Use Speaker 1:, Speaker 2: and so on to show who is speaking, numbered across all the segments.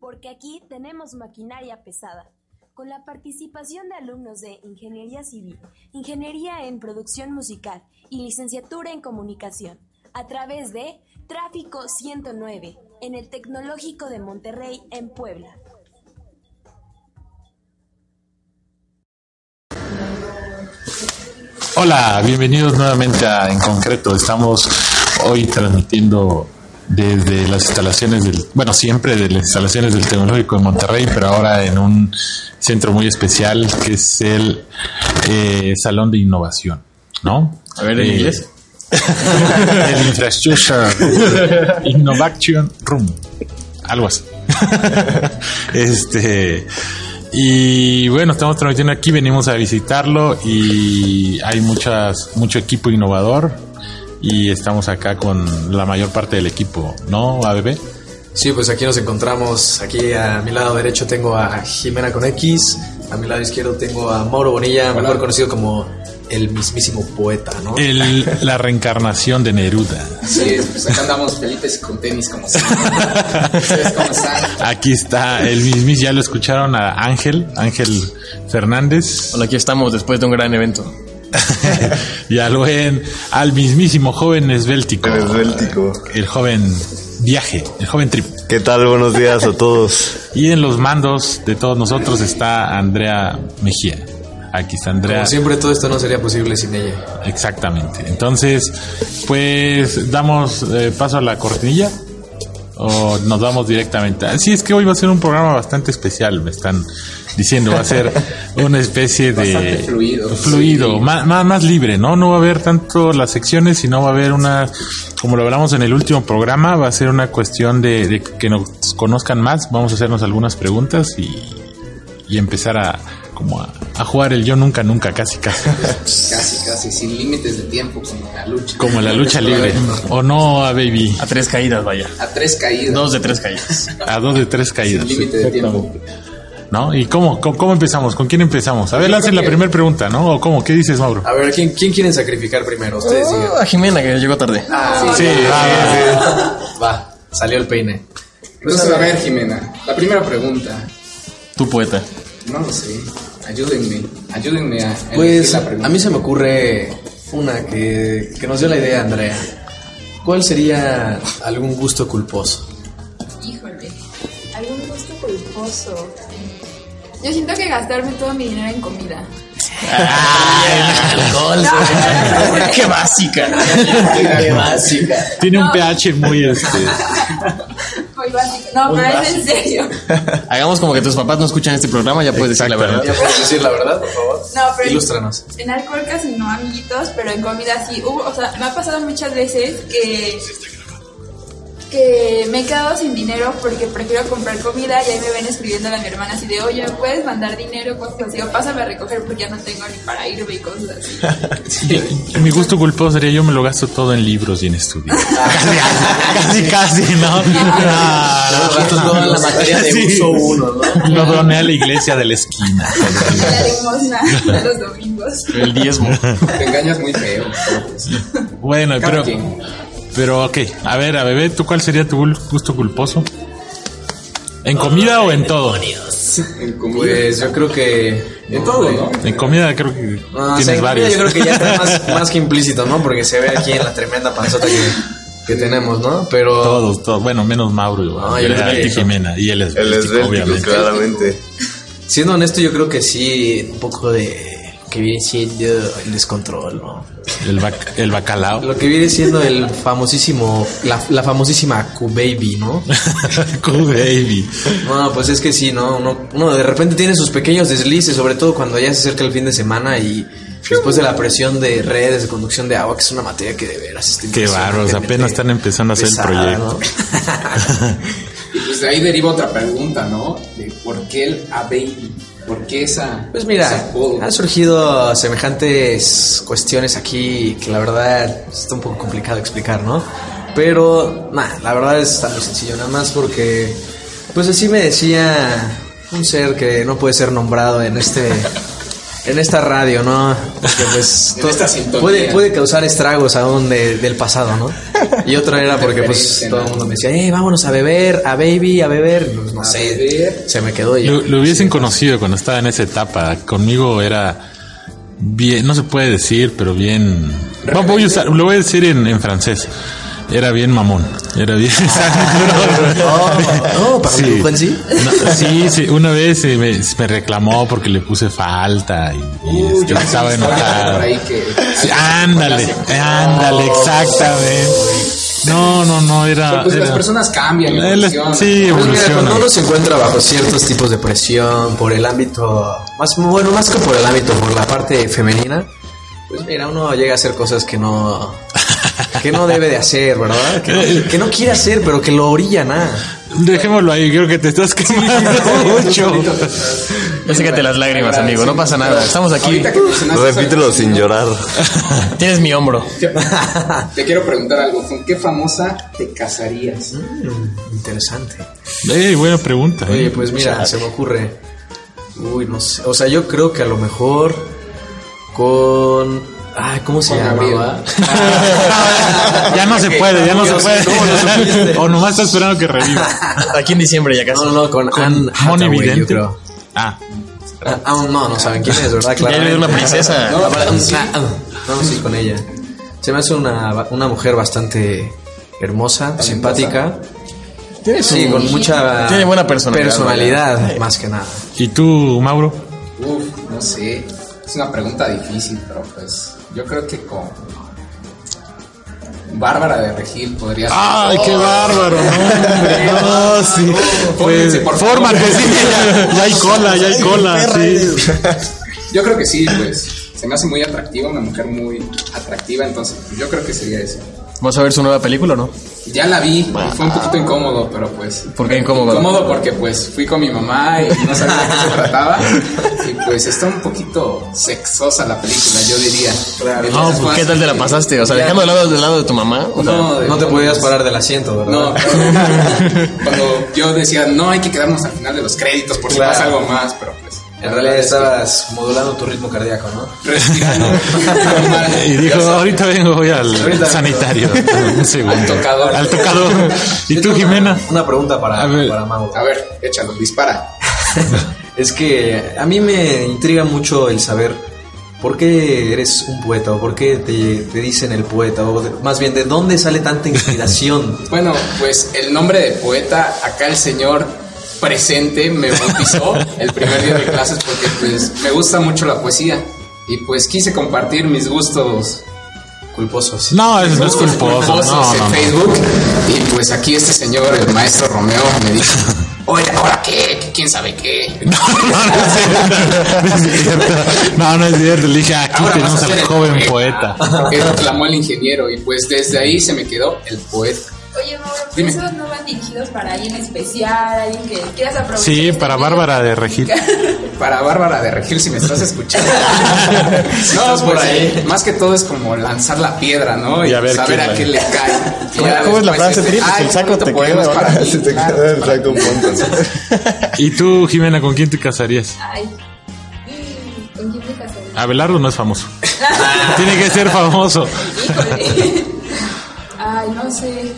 Speaker 1: porque aquí tenemos maquinaria pesada. Con la participación de alumnos de Ingeniería Civil, Ingeniería en Producción Musical y Licenciatura en Comunicación, a través de Tráfico 109, en el Tecnológico de Monterrey, en Puebla.
Speaker 2: Hola, bienvenidos nuevamente a En Concreto. Estamos hoy transmitiendo desde las instalaciones del, bueno, siempre de las instalaciones del Tecnológico de Monterrey, pero ahora en un centro muy especial que es el eh, Salón de Innovación, ¿no?
Speaker 3: A ver, en
Speaker 2: Eh,
Speaker 3: inglés.
Speaker 2: el Infrastructure Innovation Room. Algo así. este. Y bueno, estamos transmitiendo aquí, venimos a visitarlo y hay muchas, mucho equipo innovador y estamos acá con la mayor parte del equipo, ¿no, ABB?
Speaker 4: Sí, pues aquí nos encontramos. Aquí a mi lado derecho tengo a Jimena con X, a mi lado izquierdo tengo a Mauro Bonilla, mejor conocido como el mismísimo poeta, ¿no?
Speaker 2: El- la reencarnación de Neruda.
Speaker 5: Sí, pues acá andamos felices con tenis como siempre. Ustedes cómo están.
Speaker 2: Aquí está el mismis, ya lo escucharon a Ángel, Ángel Fernández.
Speaker 3: Bueno, aquí estamos después de un gran evento.
Speaker 2: ya lo ven al mismísimo joven esbéltico.
Speaker 6: El esbéltico.
Speaker 2: El joven viaje, el joven trip.
Speaker 6: ¿Qué tal? Buenos días a todos.
Speaker 2: Y en los mandos de todos nosotros está Andrea Mejía. Aquí está Andrea.
Speaker 4: Como siempre, todo esto no sería posible sin ella.
Speaker 2: Exactamente. Entonces, pues damos eh, paso a la cortinilla o nos vamos directamente. Así es que hoy va a ser un programa bastante especial, me están diciendo. Va a ser una especie de
Speaker 5: Bastante fluido.
Speaker 2: fluido,
Speaker 5: Sí.
Speaker 2: má- má- más, libre, ¿no? No va a haber tanto las secciones, sino va a haber una, como lo hablamos en el último programa, va a ser una cuestión de, de que nos conozcan más. Vamos a hacernos algunas preguntas y, y empezar a como a, a jugar el yo nunca nunca casi casi
Speaker 5: Casi, casi, sin límites de tiempo, como en la lucha.
Speaker 2: como la lucha libre. O no, a baby.
Speaker 3: A tres caídas, vaya.
Speaker 5: A tres caídas.
Speaker 3: Dos de tres caídas.
Speaker 2: A dos de tres caídas.
Speaker 5: Sin límite de tiempo.
Speaker 2: ¿No? ¿Y cómo, cómo, cómo empezamos? ¿Con quién empezamos? A ver,
Speaker 5: Yo
Speaker 2: lancen
Speaker 5: creo
Speaker 2: la
Speaker 5: que-
Speaker 2: primera pregunta, ¿no? ¿O cómo? ¿Qué dices, Mauro?
Speaker 4: A ver, ¿quién, quién quieren sacrificar primero?
Speaker 5: Oh,
Speaker 4: Ustedes digan.
Speaker 3: Oh, a Jimena, que llegó tarde.
Speaker 2: Sí, ah,
Speaker 4: Va, salió el peine.
Speaker 5: Entonces, a ver, Jimena, la primera pregunta.
Speaker 3: Tu poeta.
Speaker 5: No lo sé. Ayúdenme. Ayúdenme a. a
Speaker 4: Pues
Speaker 5: elegir la pregunta.
Speaker 4: a mí se me ocurre una que, que nos dio la idea, Andrea. ¿Cuál sería algún gusto culposo?
Speaker 7: Híjole, algún gusto culposo. Yo siento que gastarme todo mi dinero en comida.
Speaker 4: Ah.
Speaker 3: ¡Qué básica!
Speaker 5: Qué básica.
Speaker 2: Tiene un pH muy este.
Speaker 7: Muy básico. No, pero es en serio.
Speaker 3: Hagamos como que tus papás no escuchan este programa, ya puedes decir la verdad.
Speaker 4: ¿Ya puedes decir la verdad, por favor?
Speaker 7: No, pero-
Speaker 4: Ilústranos.
Speaker 7: En alcohol casi no, amiguitos, pero en comida sí. Hubo, o sea, me ha pasado muchas veces que. Que me he quedado sin dinero porque prefiero comprar comida y ahí me ven escribiéndole a mi hermana así de, oye, ¿me puedes mandar dinero? Cosas así, o pásame a recoger porque ya no tengo ni para irme y cosas así.
Speaker 2: Mi gusto culposo sería yo me lo gasto todo en libros y en estudios.
Speaker 5: Ah,
Speaker 2: casi, casi, casi, ¿no? Ah, No,
Speaker 4: Los gastos no dan la materia de
Speaker 2: Sí.
Speaker 4: uso uno, ¿no?
Speaker 2: Lo doné a la iglesia de la esquina.
Speaker 7: La limosna de los domingos.
Speaker 3: El diezmo.
Speaker 5: Te engañas muy feo. pero pues,
Speaker 2: Bueno,
Speaker 5: cada
Speaker 2: pero.
Speaker 5: quien.
Speaker 2: Pero ok, a ver, a bebé, ¿tú cuál sería tu gul- gusto culposo? ¿En comida o en todo?
Speaker 5: En comida.
Speaker 4: Pues yo creo que. De todo, ¿no?
Speaker 2: En comida creo que
Speaker 4: Ah, sí,
Speaker 2: tienes
Speaker 4: en
Speaker 2: varios.
Speaker 4: realidad Yo creo que ya está más, más que implícito, ¿no? Porque se ve aquí en la tremenda panzota que, que tenemos, ¿no? Pero.
Speaker 2: Todos, todos. Bueno, menos Mauro.
Speaker 4: Ah, yo
Speaker 2: Andrea
Speaker 4: creo que
Speaker 2: y
Speaker 4: eso.
Speaker 2: Jimena. Y él es
Speaker 6: El
Speaker 2: místico,
Speaker 4: pues,
Speaker 6: esbéltico, claramente.
Speaker 4: Siendo honesto, yo creo que sí, un poco de lo que viene siendo el descontrol, ¿no?
Speaker 2: El, bac- el bacalao.
Speaker 4: Lo que viene siendo el famosísimo, la, la famosísima Q-Baby, ¿no?
Speaker 2: Q-Baby.
Speaker 4: No, pues es que sí, ¿no? Uno, uno de repente tiene sus pequeños deslices, sobre todo cuando ya se acerca el fin de semana y después de la presión de redes de conducción de agua, que es una materia que de veras está
Speaker 2: Qué bárbaros,
Speaker 4: impresionantemente
Speaker 2: apenas están empezando a hacer el
Speaker 4: pesada, ¿no?
Speaker 5: Y pues de ahí deriva otra pregunta, ¿no? De por qué el a baby. ¿Por qué esa.
Speaker 4: Pues
Speaker 5: ese
Speaker 4: mira,
Speaker 5: apodo?
Speaker 4: han surgido semejantes cuestiones aquí que la verdad está un poco complicado explicar, ¿no? Pero, nada, la verdad está muy sencillo, nada más porque, pues así me decía un ser que no puede ser nombrado en este en esta radio, ¿no? Porque, pues,
Speaker 5: En
Speaker 4: to-
Speaker 5: esta sintonía.
Speaker 4: puede, puede causar estragos aún de- del pasado, ¿no? Y otra era porque pues
Speaker 5: Referencia,
Speaker 4: todo el
Speaker 5: ¿no?
Speaker 4: mundo me decía, eh, vámonos a beber, a baby, a beber, pues, no
Speaker 5: A
Speaker 4: sé,
Speaker 5: beber.
Speaker 4: se me quedó y yo.
Speaker 2: Lo, lo hubiesen conocido cuando estaba en esa etapa. Conmigo era bien, no se puede decir, pero bien. Bueno, voy a usar, lo voy a decir en, en francés. Era bien mamón. Era bien.
Speaker 4: No, para
Speaker 2: Sí.
Speaker 4: un grupo en sí.
Speaker 2: No, sí, sí, una vez eh, me, me reclamó porque le puse falta y, y,
Speaker 5: Uy,
Speaker 2: este,
Speaker 5: yo
Speaker 2: estaba
Speaker 5: tengo una historia
Speaker 2: enojado.
Speaker 5: Por ahí que
Speaker 2: Sí, ándale, ándale, exactamente. No, no, no, era.
Speaker 5: Pues las
Speaker 2: era-
Speaker 5: personas cambian,
Speaker 2: Él es-
Speaker 5: evolucionan.
Speaker 2: sí,
Speaker 4: Pues mira,
Speaker 2: evoluciona.
Speaker 4: cuando uno se encuentra bajo ciertos tipos de presión por el ámbito, más bueno, más que por el ámbito, por la parte femenina, pues mira, uno llega a hacer cosas que no que no debe de hacer, ¿verdad? Que no, que no quiere hacer, pero que lo orilla nada.
Speaker 2: Dejémoslo ahí, creo que te estás quemando mucho.
Speaker 3: Ya sécate las lágrimas, amigo. No pasa nada. Estamos aquí.
Speaker 5: Ahorita que mencionaste eso,
Speaker 6: Repítelo sin llorar.
Speaker 3: Tienes mi hombro.
Speaker 5: Te quiero preguntar algo. ¿Con qué famosa te casarías?
Speaker 4: Mm, Interesante.
Speaker 2: Eh, buena pregunta. eh.
Speaker 4: Oye, pues mira, se me ocurre. Uy, no sé. O sea, yo creo que a lo mejor con Ay, ¿cómo se
Speaker 5: Con Gabriel.
Speaker 4: llama? Ah,
Speaker 2: ya no se puede, ya no se puede. o nomás está esperando que reviva.
Speaker 3: Aquí en diciembre ya casi.
Speaker 4: No, no, no, con, Anne
Speaker 2: Moni
Speaker 4: Hathaway, yo
Speaker 2: Vidente.
Speaker 4: creo.
Speaker 2: Ah,
Speaker 4: Ah, ah, no, no saben quién es, ¿verdad?
Speaker 3: Ya
Speaker 4: Claro.
Speaker 3: eres una princesa.
Speaker 4: No, ah, vamos a ir con ella. Se me hace una, una mujer bastante hermosa, simpática. Sí, con mucha
Speaker 3: Tiene buena personalidad,
Speaker 4: personalidad, más que nada.
Speaker 2: ¿y tú, Mauro?
Speaker 5: Uf, no sé. Es una pregunta difícil, pero pues yo creo que con Bárbara de Regil podría ser.
Speaker 2: ¡Ay, qué bárbaro! No, hombre, no, sí.
Speaker 5: Fórmense,
Speaker 2: Pues,
Speaker 5: por favor.
Speaker 2: fórmate, sí, ya, ya hay cola, ya hay cola, sí.
Speaker 5: Yo creo que sí, pues se me hace muy atractiva, una mujer muy atractiva, entonces pues, yo creo que sería eso.
Speaker 3: ¿Vas a ver su nueva película o no?
Speaker 5: Ya la vi, y fue un poquito incómodo, pero pues...
Speaker 3: ¿Por qué incómodo?
Speaker 5: Incómodo porque pues fui con mi mamá y no sabía de qué se trataba y pues está un poquito sexosa la película, yo diría.
Speaker 3: No,
Speaker 5: Entonces,
Speaker 3: pues
Speaker 5: fue
Speaker 3: ¿qué
Speaker 5: así
Speaker 3: tal te la
Speaker 5: que-
Speaker 3: pasaste? O sea, dejando de lado, del lado de tu mamá. o sea,
Speaker 5: de-
Speaker 4: No te podías parar del asiento, ¿verdad?
Speaker 5: No, pero cuando yo decía, no, hay que quedarnos al final de los créditos por si
Speaker 4: Claro.
Speaker 5: pasa algo más, pero pues... la
Speaker 4: En
Speaker 5: verdad
Speaker 4: realidad
Speaker 5: es que
Speaker 4: estabas modulando tu ritmo cardíaco, ¿no?
Speaker 5: respirando.
Speaker 2: Y dijo, ahorita vengo, voy al
Speaker 4: Ahorita-
Speaker 2: sanitario. Un segundo.
Speaker 5: Al tocador.
Speaker 2: Al tocador. ¿Y
Speaker 4: Yo
Speaker 2: tú,
Speaker 4: tengo
Speaker 2: Jimena?
Speaker 4: Una, una pregunta para,
Speaker 2: A ver.
Speaker 4: para Mauro.
Speaker 5: A ver, échalo, dispara.
Speaker 4: Es que a mí me intriga mucho el saber por qué eres un poeta o por qué te, te dicen el poeta o de- más bien de dónde sale tanta inspiración.
Speaker 5: Bueno, pues el nombre de poeta, acá el señor presente me bautizó el primer día de clases porque pues me gusta mucho la poesía y pues quise compartir mis gustos culposos.
Speaker 2: No, eso no es
Speaker 5: Gustos
Speaker 2: culposo. No,
Speaker 5: culposos en
Speaker 2: no, no.
Speaker 5: Facebook y pues aquí este señor, el maestro Romeo, me dijo, oye, ¿ahora qué? ¿Qué ¿Quién sabe qué?
Speaker 2: No, no es cierto. No es cierto. No, no es cierto. Le dije, aquí
Speaker 5: Ahora
Speaker 2: tenemos
Speaker 5: vas a ser
Speaker 2: al
Speaker 5: el
Speaker 2: joven poeta.
Speaker 5: Que reclamó el ingeniero y pues desde ahí se me quedó el poeta.
Speaker 7: Oye, Mauro, ¿pero
Speaker 5: Dime.
Speaker 7: ¿esos no van dirigidos para alguien especial, alguien que quieras aprovechar? este
Speaker 2: Sí, para Bárbara de Regil.
Speaker 5: Para Bárbara de Regil, si me estás escuchando. no, por ahí. Más que todo es como lanzar la piedra, ¿no?
Speaker 2: Y
Speaker 5: Y,
Speaker 2: a ver
Speaker 5: saber
Speaker 2: quién
Speaker 5: a
Speaker 2: la-
Speaker 5: qué le cae. Y
Speaker 3: ¿Cómo-
Speaker 5: ya
Speaker 3: cómo es la
Speaker 5: después
Speaker 3: frase,
Speaker 5: es de, ah,
Speaker 3: Tri? Pues
Speaker 5: "Ay,
Speaker 3: el saco
Speaker 5: bonito
Speaker 3: te
Speaker 5: poema
Speaker 3: queda,
Speaker 5: es para
Speaker 3: ¿verdad?
Speaker 5: mí".
Speaker 6: Se te
Speaker 5: Claro,
Speaker 6: queda
Speaker 5: es
Speaker 6: el
Speaker 5: para
Speaker 6: saco
Speaker 5: mí.
Speaker 6: un montón.
Speaker 2: ¿Y tú, Jimena, con quién te casarías?
Speaker 7: Ay. ¿Con quién te casarías?
Speaker 2: Abelardo no es famoso. Tiene que ser famoso.
Speaker 7: Híjole. Ay, no sé.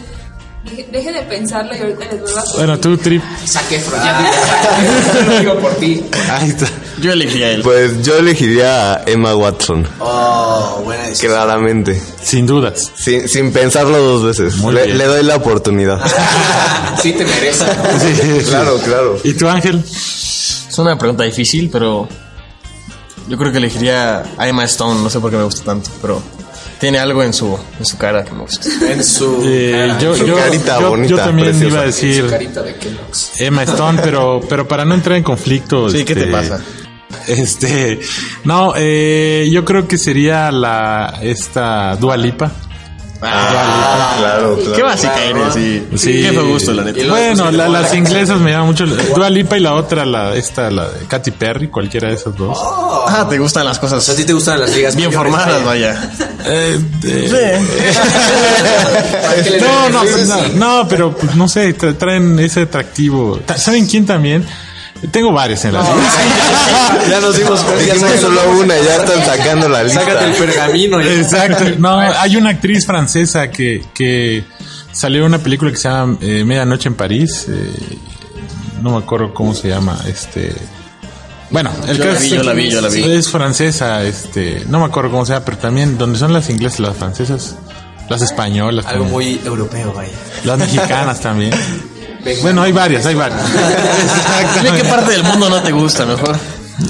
Speaker 7: Deje, deje de pensarlo y ahorita les vuelvo a
Speaker 2: Bueno, tú, Trip.
Speaker 5: Zac Efron. Yo lo Ah, digo por ti.
Speaker 2: Ahí está.
Speaker 3: Yo elegí a él.
Speaker 6: Pues yo elegiría a Emma Watson,
Speaker 4: Oh, buena decisión.
Speaker 6: claramente.
Speaker 2: Sin dudas.
Speaker 6: Sin, sin pensarlo dos veces.
Speaker 2: Muy
Speaker 6: Le,
Speaker 2: bien.
Speaker 6: le doy la oportunidad.
Speaker 5: Ah, Sí te merece.
Speaker 2: Sí, sí.
Speaker 6: Claro, claro.
Speaker 2: ¿Y tú, Ángel?
Speaker 3: Es una pregunta difícil, pero yo creo que elegiría a Emma Stone. No sé por qué me gusta tanto, pero tiene algo en su, en su cara que me gusta.
Speaker 4: En su...
Speaker 2: Eh, yo,
Speaker 6: Ah, Su
Speaker 2: yo,
Speaker 6: carita
Speaker 2: yo- yo
Speaker 6: bonita,
Speaker 2: también
Speaker 6: preciosa.
Speaker 2: iba a
Speaker 5: Su
Speaker 2: decir
Speaker 5: carita de Kellogg's.
Speaker 2: Emma Stone, pero, pero para no entrar en conflicto.
Speaker 3: Sí, ¿qué te
Speaker 2: este,
Speaker 3: pasa?
Speaker 2: Este, no, eh, yo creo que sería la esta Dualipa.
Speaker 6: Claro,
Speaker 3: Ah, Qué básica eres, sí. Qué fue gusto, la neta.
Speaker 2: Bueno, la- las inglesas me llaman mucho. Dualipa y la otra, la esta, la de Katy Perry, cualquiera de esas dos.
Speaker 3: Ah, te gustan las
Speaker 4: O sea, a
Speaker 3: cosas
Speaker 4: ti te gustan las ligas
Speaker 3: bien
Speaker 4: mayores,
Speaker 3: formadas,
Speaker 4: vaya.
Speaker 3: vaya.
Speaker 2: Eh, eh,
Speaker 5: Para que le
Speaker 2: No,
Speaker 5: den
Speaker 2: no,
Speaker 5: el
Speaker 2: pero,
Speaker 5: beso,
Speaker 2: no, no, pero pues, no sé, tra- traen ese atractivo. Ta- ¿Saben quién también? Tengo varias en la lista.
Speaker 4: ya nos dimos cuenta. ya
Speaker 6: Dijimos
Speaker 4: sácate-
Speaker 6: solo una, ya están sacando la
Speaker 4: Sácate el
Speaker 6: lista.
Speaker 4: pergamino. ya.
Speaker 2: Exacto. No, hay una actriz francesa que, que salió en una película que se llama eh, Medianoche en París. eh, no me acuerdo cómo se llama. Este. Bueno, el
Speaker 3: Yo la
Speaker 2: caso
Speaker 3: vi,
Speaker 2: es que
Speaker 3: yo la vi, yo la vi.
Speaker 2: Es francesa, este. No me acuerdo cómo se llama, pero también donde son las inglesas, las francesas, las españolas,
Speaker 4: Algo
Speaker 2: también,
Speaker 4: muy europeo, vaya.
Speaker 2: las mexicanas también.
Speaker 5: Venga.
Speaker 2: Bueno, hay varias, hay varias.
Speaker 3: Dime qué parte del mundo no te gusta mejor.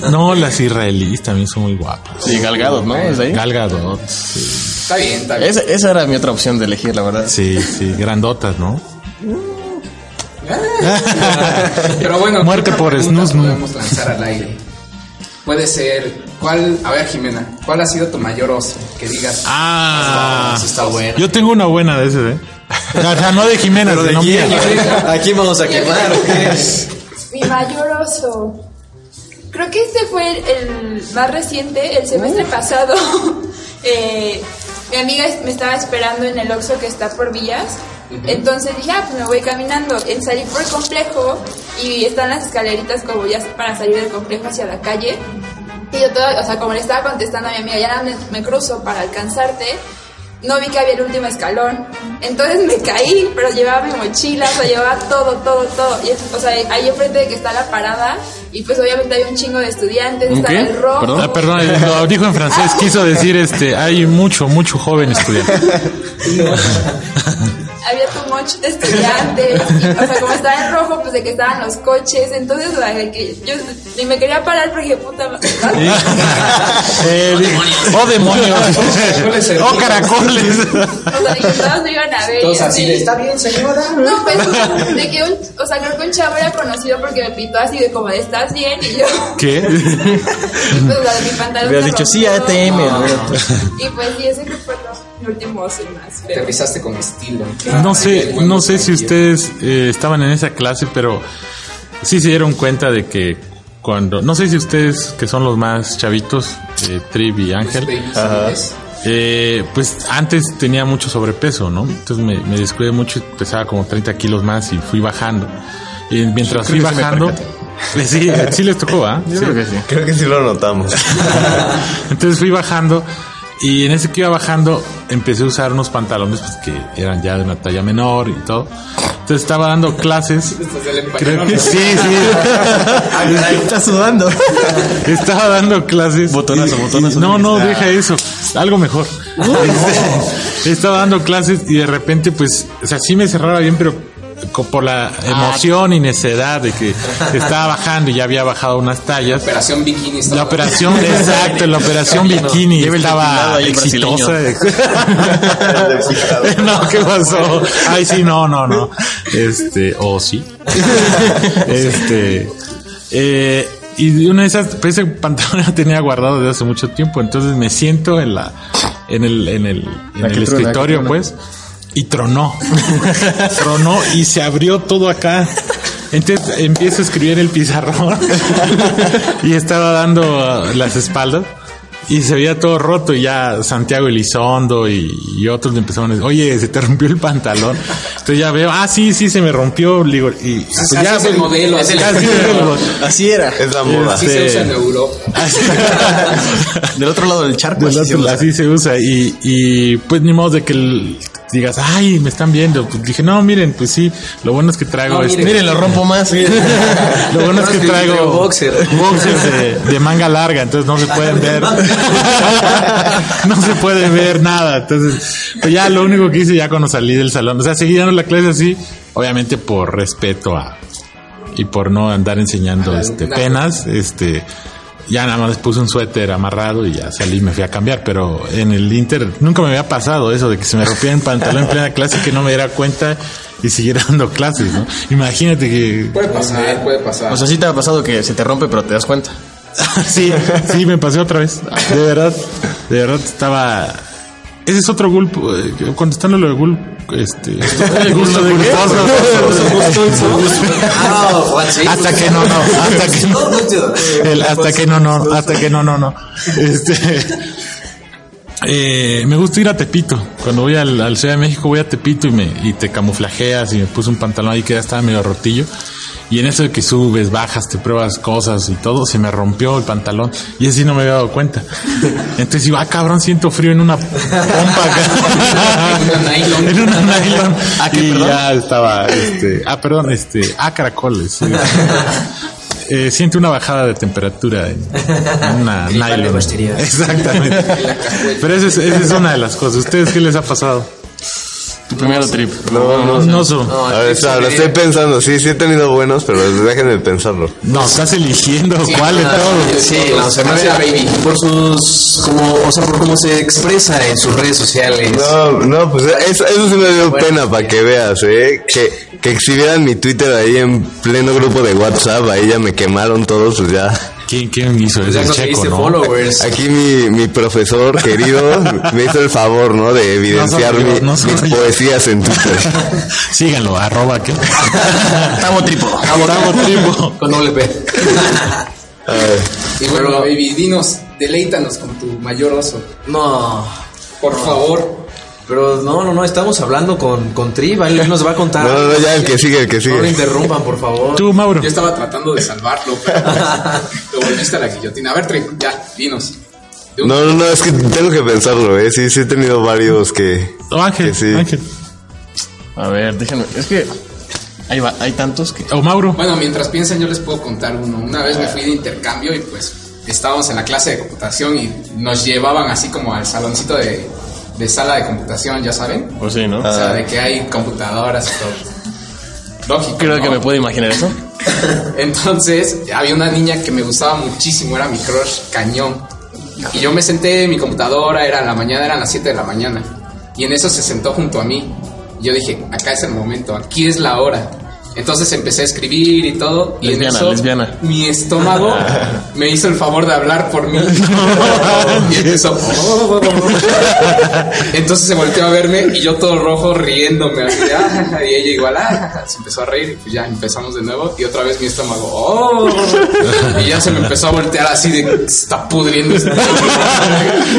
Speaker 2: No, las israelíes también son muy guapas.
Speaker 3: Sí, galgados, ¿no? ¿Es ahí?
Speaker 2: Gal Gadot,
Speaker 5: Está bien, está bien.
Speaker 3: Esa, esa era mi otra opción de elegir, la verdad.
Speaker 2: sí, sí, grandotas, ¿no?
Speaker 5: Pero bueno, ¿qué
Speaker 2: Muerte
Speaker 5: otra
Speaker 2: por
Speaker 5: pregunta
Speaker 2: snus, ¿no?
Speaker 5: Podemos lanzar al aire. Puede ser. ¿Cuál? A ver, Jimena, ¿cuál ha sido tu mayor oso? Que digas.
Speaker 2: Ah,
Speaker 5: eso está bueno.
Speaker 2: yo tengo una buena de ese, ¿eh? O sea, no de Jimena,
Speaker 4: Pero de
Speaker 2: sino mía.
Speaker 4: quién, aquí vamos a quemar. ¿o qué?
Speaker 7: Mi mayor oso. Creo que este fue el, el más reciente, el semestre pasado. Eh, mi amiga es- me estaba esperando en el Oxxo que está por Villas. Entonces dije, ah, pues me voy caminando. En salir por el complejo y están las escaleritas como ya para salir del complejo hacia la calle. Y yo todo, o sea, como le estaba contestando a mi amiga, ya nada más me, me cruzo para alcanzarte. No vi que había el último escalón. Entonces me caí, pero llevaba mi mochila, o sea, llevaba todo, todo, todo. Y, es- o sea, ahí enfrente de que está la parada, y pues obviamente había un chingo de estudiantes,
Speaker 3: ¿Un
Speaker 7: estaba
Speaker 3: qué?
Speaker 7: el rojo.
Speaker 3: Perdón.
Speaker 2: Ah, perdón, lo dijo en francés, quiso decir, este, hay mucho, mucho joven estudiante.
Speaker 7: había tu moch de estudiantes, y, o sea, como estaba en rojo, pues de que estaban los coches, entonces, o sea, de que yo ni me quería parar porque dije, puta madre.
Speaker 2: Eh, oh, demonios. Oh, caracoles.
Speaker 7: O sea, de que todos me iban a ver. y
Speaker 5: Todos así de,
Speaker 7: así.
Speaker 5: está bien, señora.
Speaker 7: No, pues, de que un, o sea, creo que un chavo era conocido porque me pintó así de como, de, ¿estás bien? Y yo,
Speaker 2: ¿Qué?
Speaker 7: pues, la de mi pantalón.
Speaker 3: Hubieras
Speaker 7: se
Speaker 3: dicho, sí,
Speaker 7: rompió".
Speaker 3: ATM.
Speaker 7: Y pues, sí, ese que fue lo- mi último oso y más
Speaker 5: Te
Speaker 7: feo.
Speaker 5: rizaste con estilo.
Speaker 2: No sé, no sé si ustedes eh, estaban en esa clase, pero sí se dieron cuenta de que cuando, no sé si ustedes que son los más chavitos, eh, Trib y Ángel,
Speaker 5: Ajá.
Speaker 2: eh, pues antes tenía mucho sobrepeso, ¿no? Entonces me, me descuidé mucho y pesaba como 30 kilos más y fui bajando. Y mientras fui
Speaker 3: Creo que sí me
Speaker 2: bajando, sí, sí les tocó, ¿ah?
Speaker 3: Yo
Speaker 2: Sí.
Speaker 3: creo que sí.
Speaker 6: Creo que sí lo notamos.
Speaker 2: Entonces fui bajando y en ese que iba bajando empecé a usar unos pantalones pues, que eran ya de una talla menor y todo. Entonces estaba dando clases. Creo que sí, sí.
Speaker 3: Está sudando.
Speaker 2: Estaba dando clases.
Speaker 3: Botonazo,
Speaker 2: Y- y-
Speaker 3: botonazo. Ah.
Speaker 2: No, no, deja eso. Algo mejor. Este, Estaba dando clases y de repente, pues, o sea, sí me cerraba bien, pero co- por
Speaker 3: Ah.
Speaker 2: la emoción y necedad de que estaba bajando y ya había bajado unas tallas.
Speaker 5: Operación bikini.
Speaker 2: La
Speaker 5: estaba-
Speaker 2: operación, exacto, la operación bikini
Speaker 3: Lleva el depilado
Speaker 2: estaba
Speaker 3: ahí
Speaker 2: exitosa. no, ¿qué pasó? Ay, sí, no, no, no. Este, o sí. Este, eh, y una de esas, pues, ese pantalón la tenía guardado desde hace mucho tiempo, entonces me siento en la, en el, en el, en
Speaker 3: La
Speaker 2: el
Speaker 3: que truena,
Speaker 2: escritorio,
Speaker 3: la que truena.
Speaker 2: pues, y tronó. tronó y se abrió todo acá. Entonces empiezo a escribir en el pizarrón y estaba dando uh, las espaldas y se veía todo roto y ya Santiago Elizondo y, y otros le empezaron a decir, oye, se te rompió el pantalón. Entonces ya veo, ah, sí, sí, se me rompió. Le digo, y pues,
Speaker 5: Así
Speaker 2: ya
Speaker 5: es el
Speaker 2: pues,
Speaker 5: modelo. así
Speaker 2: ya
Speaker 5: es
Speaker 2: sí,
Speaker 5: el modelo.
Speaker 3: Así era.
Speaker 6: Es la moda.
Speaker 5: Así se usa en Europa.
Speaker 3: Del otro lado del charco.
Speaker 5: Pues
Speaker 2: Del
Speaker 3: así se
Speaker 2: otro-
Speaker 3: usa.
Speaker 2: así se usa. Y, y, pues ni modo de que el- digas, ay, me están viendo. Pues, dije, no, miren, pues sí, lo bueno es que traigo
Speaker 5: No,
Speaker 2: este-
Speaker 5: miren.
Speaker 3: Miren, lo rompo más.
Speaker 2: Lo bueno es que
Speaker 4: Creo que
Speaker 2: traigo
Speaker 4: traigo boxer.
Speaker 2: boxers de, de manga larga, entonces no se pueden ver. no se puede ver nada. Entonces, pues ya lo único que hice ya cuando salí del salón, o sea, seguí dando la clase así, obviamente por respeto a y por no andar enseñando
Speaker 5: Al
Speaker 2: este
Speaker 5: alumnado.
Speaker 2: penas, este ya nada más les puse un suéter amarrado y ya salí, me fui a cambiar, pero en el Inter nunca me había pasado eso de que se me rompiera el pantalón en plena clase y que no me diera cuenta y siguiera dando clases, ¿no? Imagínate que
Speaker 5: Puede pasar, puede pasar.
Speaker 3: O sea, sí te ha pasado que se te rompe, pero te das cuenta.
Speaker 2: Sí, sí, me pasé otra vez. De verdad, de verdad estaba. Ese es otro gulp. eh, Contestando lo de gulp. Este. el gusto de
Speaker 4: Ah, Juan, sí.
Speaker 2: Hasta que no, no. Hasta que no. El hasta que no, no. Hasta que no, no, no. Este. eh, me gusta ir a Tepito. Cuando voy al, al Ciudad de México, voy a Tepito y me y te camuflajeas y me puse un pantalón ahí que ya estaba medio rotillo. Y en eso de que subes, bajas, te pruebas cosas y todo, se me rompió el pantalón. Y así no me había dado cuenta. Entonces iba, ah, cabrón, siento frío en una pompa acá.
Speaker 5: En una nylon.
Speaker 2: En una nylon.
Speaker 3: Ah, ¿qué,
Speaker 2: y
Speaker 3: perdón?
Speaker 2: ya estaba, este, ah, perdón, este, ah, caracoles. Eh, siente una bajada de temperatura en en una
Speaker 4: Gripa
Speaker 2: nylon.
Speaker 4: legostería.
Speaker 2: Exactamente. Pero esa es, esa es una de las cosas. ¿Ustedes qué les ha pasado?
Speaker 3: Tu primer trip.
Speaker 6: No, no,
Speaker 2: No, so-
Speaker 4: No,
Speaker 6: A ver,
Speaker 4: sí,
Speaker 6: lo estoy pensando. Sí, sí he tenido buenos, pero déjenme pensarlo.
Speaker 2: no, estás eligiendo cuál de
Speaker 4: Ah,
Speaker 2: todos.
Speaker 4: Sí, no, se me hace
Speaker 5: Gracias, baby.
Speaker 4: por sus como, o sea, por cómo se expresa en sus redes sociales.
Speaker 6: No, no, pues eso, eso sí me dio pena para que veas, ¿eh? Que, que exhibieran mi Twitter ahí en pleno grupo de WhatsApp, ahí ya me quemaron todos, pues ya.
Speaker 2: ¿Quién, quién hizo eso?
Speaker 4: ya
Speaker 2: El checo,
Speaker 4: conseguiste
Speaker 2: ¿no?
Speaker 4: followers.
Speaker 6: Aquí mi, mi profesor querido me hizo el favor, ¿no? De evidenciar
Speaker 2: No soy yo,
Speaker 6: mi-
Speaker 2: no soy
Speaker 6: mis
Speaker 2: yo.
Speaker 6: poesías en Twitter.
Speaker 2: Síganlo, arroba que.
Speaker 3: Tamo tripo.
Speaker 2: Bravo tribu.
Speaker 4: Con doble P.
Speaker 6: A ver,
Speaker 5: Y bueno, baby, dinos, deleítanos con tu mayor oso.
Speaker 4: No,
Speaker 5: Por favor.
Speaker 4: pero no, no, no, estamos hablando con, con Triva, él nos va a contar.
Speaker 6: No, no, no, ya el que sigue, el que
Speaker 4: No lo
Speaker 6: sigue.
Speaker 4: interrumpan, por favor.
Speaker 2: Tú, Mauro.
Speaker 5: Yo estaba tratando de salvarlo, pero pues, lo volviste a la guillotina. A ver, Trey, ya, dinos. De un-
Speaker 6: No, no, no, es que tengo que pensarlo, ¿eh? Sí, sí he tenido varios que...
Speaker 2: O Ángel,
Speaker 6: que sí.
Speaker 2: Ángel.
Speaker 3: A ver, déjenme. Es que hay, va- hay tantos que.
Speaker 2: O Mauro.
Speaker 5: Bueno, mientras piensan, yo les puedo contar uno. Una vez me fui de intercambio y pues estábamos en la clase de computación y nos llevaban así como al saloncito de, de sala de computación, ya saben.
Speaker 3: Pues sí, ¿no?
Speaker 5: O sea, de que hay computadoras y todo. Lógico.
Speaker 3: Creo que
Speaker 5: ¿no?
Speaker 3: me puedo imaginar eso.
Speaker 5: Entonces, había una niña que me gustaba muchísimo, era mi crush cañón. Y yo me senté en mi computadora, era la mañana, eran las 7 de la mañana. Y en eso se sentó junto a mí. Y yo dije, acá es el momento, aquí es la hora. Entonces empecé a escribir y todo. Y
Speaker 3: Lesbiana,
Speaker 5: en eso,
Speaker 3: lesbiana.
Speaker 5: mi estómago me hizo el favor de hablar por mí. y empezó. Entonces se volteó a verme y yo todo rojo riéndome. así, "Ah", y ella igual, "Ah", se empezó a reír. Y pues ya empezamos de nuevo. Y otra vez mi estómago, "Oh". Y ya se me empezó a voltear así de, "Se está pudriendo. este".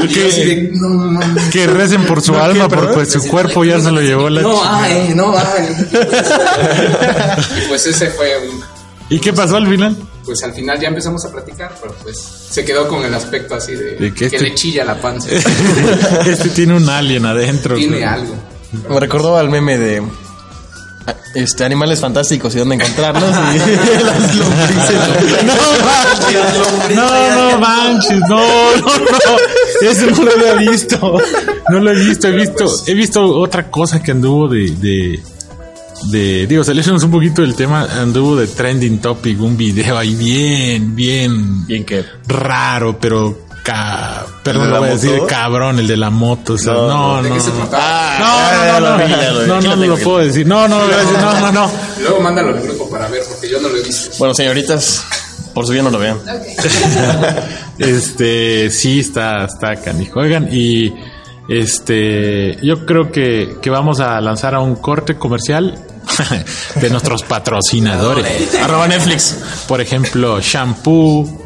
Speaker 5: Y yo así de, no, mames".
Speaker 2: Que recen por su alma, porque su cuerpo ya se lo llevó la.
Speaker 5: No, ah. ay, no, ay. Y pues ese fue un.
Speaker 2: ¿Y qué pasó al final?
Speaker 5: Pues al final ya empezamos a platicar, pero pues se quedó con el aspecto así de,
Speaker 2: ¿De qué
Speaker 5: que
Speaker 2: este-
Speaker 5: le chilla la panza.
Speaker 2: Este tiene un alien adentro.
Speaker 5: Tiene
Speaker 2: güey.
Speaker 5: algo.
Speaker 3: Me recordó al meme de. ah, Este, animales fantásticos y dónde encontrarlos. Y las lombrices.
Speaker 2: No manches, no, no manches, no, no, no. Eso no lo había visto. No lo he visto, he visto, he visto otra cosa que anduvo de, de, de digo, saliéndonos un poquito del tema, anduvo de trending topic, un video ahí bien, bien
Speaker 3: Bien que.
Speaker 2: raro, pero ca- perdón,
Speaker 6: ¿El
Speaker 2: lo
Speaker 6: de la
Speaker 2: voy a decir
Speaker 6: moto?
Speaker 2: cabrón, el de la moto, o sea, no, no.
Speaker 5: ¿De qué se
Speaker 2: No, Ah.
Speaker 5: trataba?
Speaker 2: no, no, no,
Speaker 3: lo vi, ya lo vi.
Speaker 2: no,
Speaker 3: Aquí
Speaker 2: no,
Speaker 3: lo
Speaker 2: no
Speaker 3: tengo,
Speaker 2: lo
Speaker 3: aquí
Speaker 2: puedo decir. No, no, lo voy a decir. no, no, no.
Speaker 5: Luego mándalo al grupo para ver, porque yo no lo he visto.
Speaker 3: Bueno, señoritas, por su bien no lo vean.
Speaker 2: Este, sí, está, está canijo. Oigan, y este, yo creo que, que vamos a lanzar a un corte comercial de nuestros patrocinadores.
Speaker 3: Arroba Netflix.
Speaker 2: Por ejemplo, shampoo.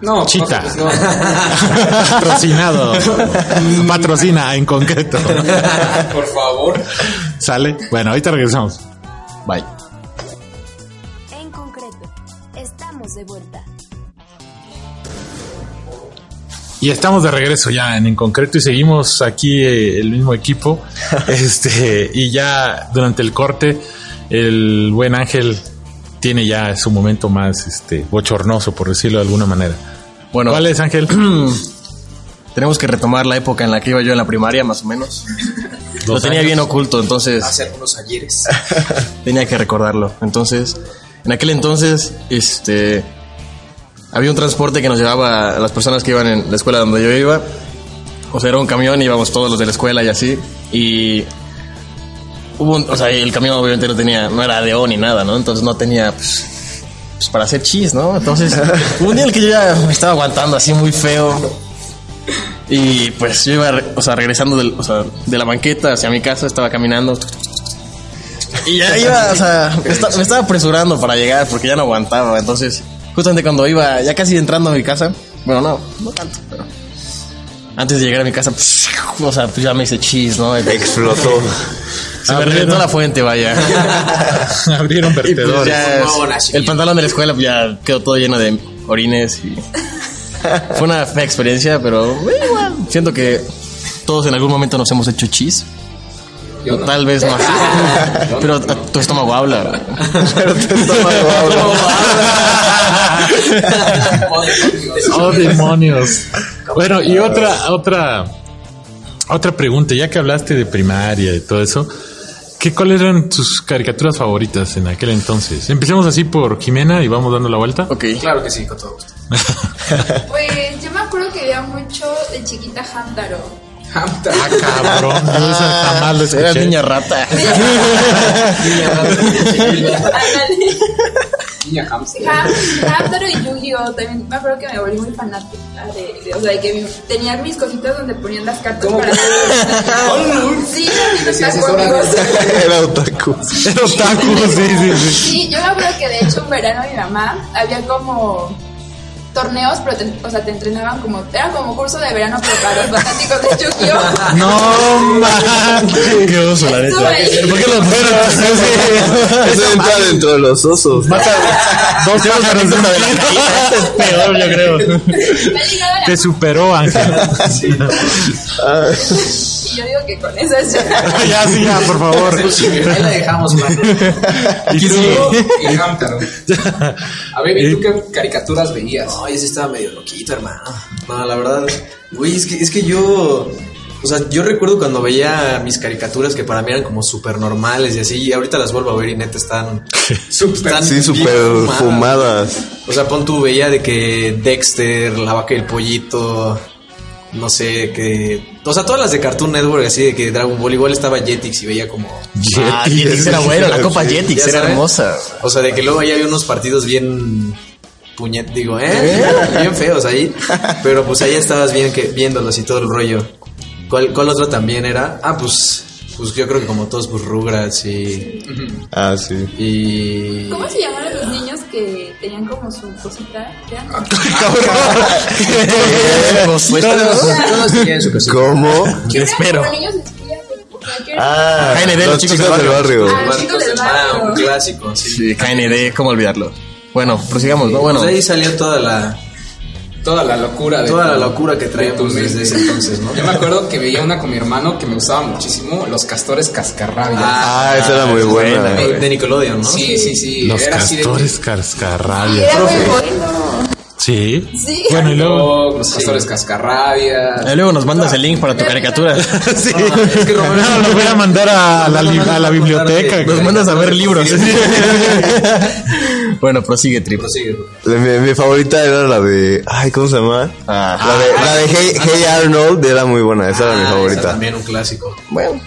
Speaker 5: No,
Speaker 2: Chita.
Speaker 5: pues no.
Speaker 2: Patrocinado. Patrocina en concreto.
Speaker 5: Por favor.
Speaker 2: ¿Sale? Bueno, ahorita regresamos.
Speaker 3: Bye.
Speaker 1: En concreto, estamos de vuelta.
Speaker 2: Y estamos de regreso ya en, en concreto y seguimos aquí eh, el mismo equipo. este Y ya durante el corte, el buen Ángel tiene ya su momento más este bochornoso, por decirlo de alguna manera.
Speaker 3: Bueno,
Speaker 2: ¿Cuál es, Ángel?
Speaker 3: tenemos que retomar la época en la que iba yo en la primaria, más o menos. Lo
Speaker 2: Dos
Speaker 3: tenía
Speaker 2: años.
Speaker 3: bien oculto, entonces
Speaker 4: Hace algunos ayeres.
Speaker 3: tenía que recordarlo. Entonces, en aquel entonces, este. Había un transporte que nos llevaba a las personas que iban en la escuela donde yo iba. O sea, era un camión, íbamos todos los de la escuela y así. Y. Hubo un- o sea, el camión obviamente no tenía, no era de O ni nada, ¿no? Entonces no tenía, pues, pues, para hacer chis, ¿no? Entonces, hubo un día en el que yo ya me estaba aguantando así muy feo. Y pues yo iba, re- o sea, regresando del- o sea, de la banqueta hacia mi casa, estaba caminando. Y ya iba, o sea, me, esta- me estaba apresurando para llegar porque ya no aguantaba. Entonces, justamente cuando iba, ya casi entrando a mi casa, bueno, no, no tanto, pero antes de llegar a mi casa, o sea, pues ya me hice chis, ¿no?
Speaker 6: Explotó.
Speaker 3: Se me reventó la fuente, vaya.
Speaker 2: Abrieron
Speaker 3: Y pues
Speaker 2: vertedores.
Speaker 3: ya
Speaker 4: Fue una
Speaker 3: es- el pantalón de la escuela pues, ya quedó todo lleno de orines y fue una fea experiencia, pero eh, igual siento que todos en algún momento nos hemos hecho chis.
Speaker 5: Yo
Speaker 3: O
Speaker 5: no.
Speaker 3: Tal vez no así. Pero a- tu estómago habla.
Speaker 6: Pero te estaba
Speaker 2: Oh, demonios. Bueno, y otra, otra, otra pregunta, ya que hablaste de primaria y todo eso, ¿qué, ¿cuáles eran tus caricaturas favoritas en aquel entonces? Empecemos así por Jimena y vamos dando la vuelta.
Speaker 3: ok.
Speaker 5: Claro que sí, con todo gusto.
Speaker 7: Pues yo me acuerdo que veía mucho de chiquita Hamtaro.
Speaker 5: Hamtaro.
Speaker 2: Ah, cabrón, yo esa jamás la
Speaker 3: Eras
Speaker 2: escuché.
Speaker 3: Ah, niña rata.
Speaker 7: Ándale.
Speaker 5: Niña hamster.
Speaker 7: Ham- Hamtaro y Yu-Gi-Oh! También me acuerdo que me volví muy fanática de, de- o sea, de que mi- tenía mis cositas donde ponían las cartas
Speaker 5: ¿Cómo?
Speaker 7: para hacer. sí,
Speaker 5: Decías,
Speaker 7: sí,
Speaker 5: "Es hora de hacer".
Speaker 6: Era otaku.
Speaker 2: Era otaku, sí, sí, sí.
Speaker 7: Sí, yo me acuerdo que de hecho un verano mi mamá había como torneos, pero te- o sea, te entrenaban como, era como curso de verano pero para los fanáticos de Yu-Gi-Oh!
Speaker 2: No, man. Qué oso, la neta.
Speaker 7: Estuve
Speaker 2: ¿Por qué los fueron?
Speaker 6: Eso entra dentro de los
Speaker 2: Dos
Speaker 6: osos.
Speaker 2: pájaros de una de Es peor, yo creo.
Speaker 7: Me he ligado a la
Speaker 2: Te superó, Ángel.
Speaker 7: y yo digo que con eso es yo.
Speaker 2: ya, sí, ya, por favor.
Speaker 4: Ahí la dejamos,
Speaker 2: ¿Y tú?
Speaker 5: Yo y Hamtaro. A ver, ¿y tú
Speaker 2: Eh.
Speaker 5: qué caricaturas veías?
Speaker 4: No, ese estaba medio loquito, hermano. No, la verdad, güey, es que, es que yo. O sea, yo recuerdo cuando veía mis caricaturas que para mí eran como súper normales y así, y ahorita las vuelvo a ver y neta están. están
Speaker 6: Sí,
Speaker 4: bien
Speaker 6: super
Speaker 4: fumadas.
Speaker 6: fumadas.
Speaker 4: O sea, pon tú, veía de que Dexter, la vaca y el pollito, no sé, que. O sea, todas las de Cartoon Network, así de que Dragon Ball, igual estaba Jetix y veía como.
Speaker 3: Ah, Jetix era bueno, la copa
Speaker 4: Ya
Speaker 3: Jetix era
Speaker 4: sabes.
Speaker 3: hermosa.
Speaker 4: O sea, de que luego ahí había unos partidos bien puñet, digo, ¿eh? Bien feos ahí. Pero pues ahí estabas bien que, viéndolos y todo el rollo. ¿Cuál, ¿Cuál otro también era? Ah, pues, pues yo creo que como todos, pues Rugrats y...
Speaker 6: Ah, sí.
Speaker 4: y...
Speaker 7: ¿Cómo se llamaron los niños que tenían como su cosita? Eran-
Speaker 4: Pues todos, todos tenían su cosita.
Speaker 6: ¿Cómo?
Speaker 7: que eran
Speaker 3: espero.
Speaker 7: como niños espías, o sea, que eran-
Speaker 6: Ah,
Speaker 3: Jaime de
Speaker 6: los chicos del barrio.
Speaker 7: Ah, los chicos del
Speaker 4: Ah, un
Speaker 7: barrio.
Speaker 4: clásico, sí.
Speaker 3: Sí, KND, ¿cómo olvidarlo? Bueno, prosigamos, ¿no? Bueno,
Speaker 4: Pues ahí salió toda la,
Speaker 5: Toda la locura de
Speaker 4: toda la
Speaker 5: tu-
Speaker 4: locura que
Speaker 5: de tu
Speaker 4: traíamos
Speaker 5: mente.
Speaker 4: desde ese entonces, ¿no?
Speaker 5: Yo me acuerdo que veía una con mi hermano que me gustaba muchísimo, los castores cascarrabias.
Speaker 6: Ah, esa era muy buena.
Speaker 4: De, de Nickelodeon, ¿no?
Speaker 5: sí, sí, sí.
Speaker 2: Los
Speaker 5: era así de-
Speaker 2: castores cascarrabias.
Speaker 7: Era muy bueno.
Speaker 2: Sí.
Speaker 7: Sí.
Speaker 2: Bueno, y luego.
Speaker 5: Dog, los castores cascarrabias.
Speaker 4: Eh,
Speaker 3: ahí eh, luego nos mandas el link para tu caricatura.
Speaker 2: Sí. No, lo voy a mandar a la, li- a la biblioteca.
Speaker 3: Nos mandas a ver libros. bueno, prosigue, Trip.
Speaker 5: Pues
Speaker 6: La- Mi, mi favorita era la de. Ay, ¿cómo se llama?
Speaker 3: Ah.
Speaker 6: la de, la de hey, Hey Arnold era muy buena. Esa era mi
Speaker 4: Ah, esa
Speaker 6: favorita.
Speaker 4: también un clásico.
Speaker 3: Bueno,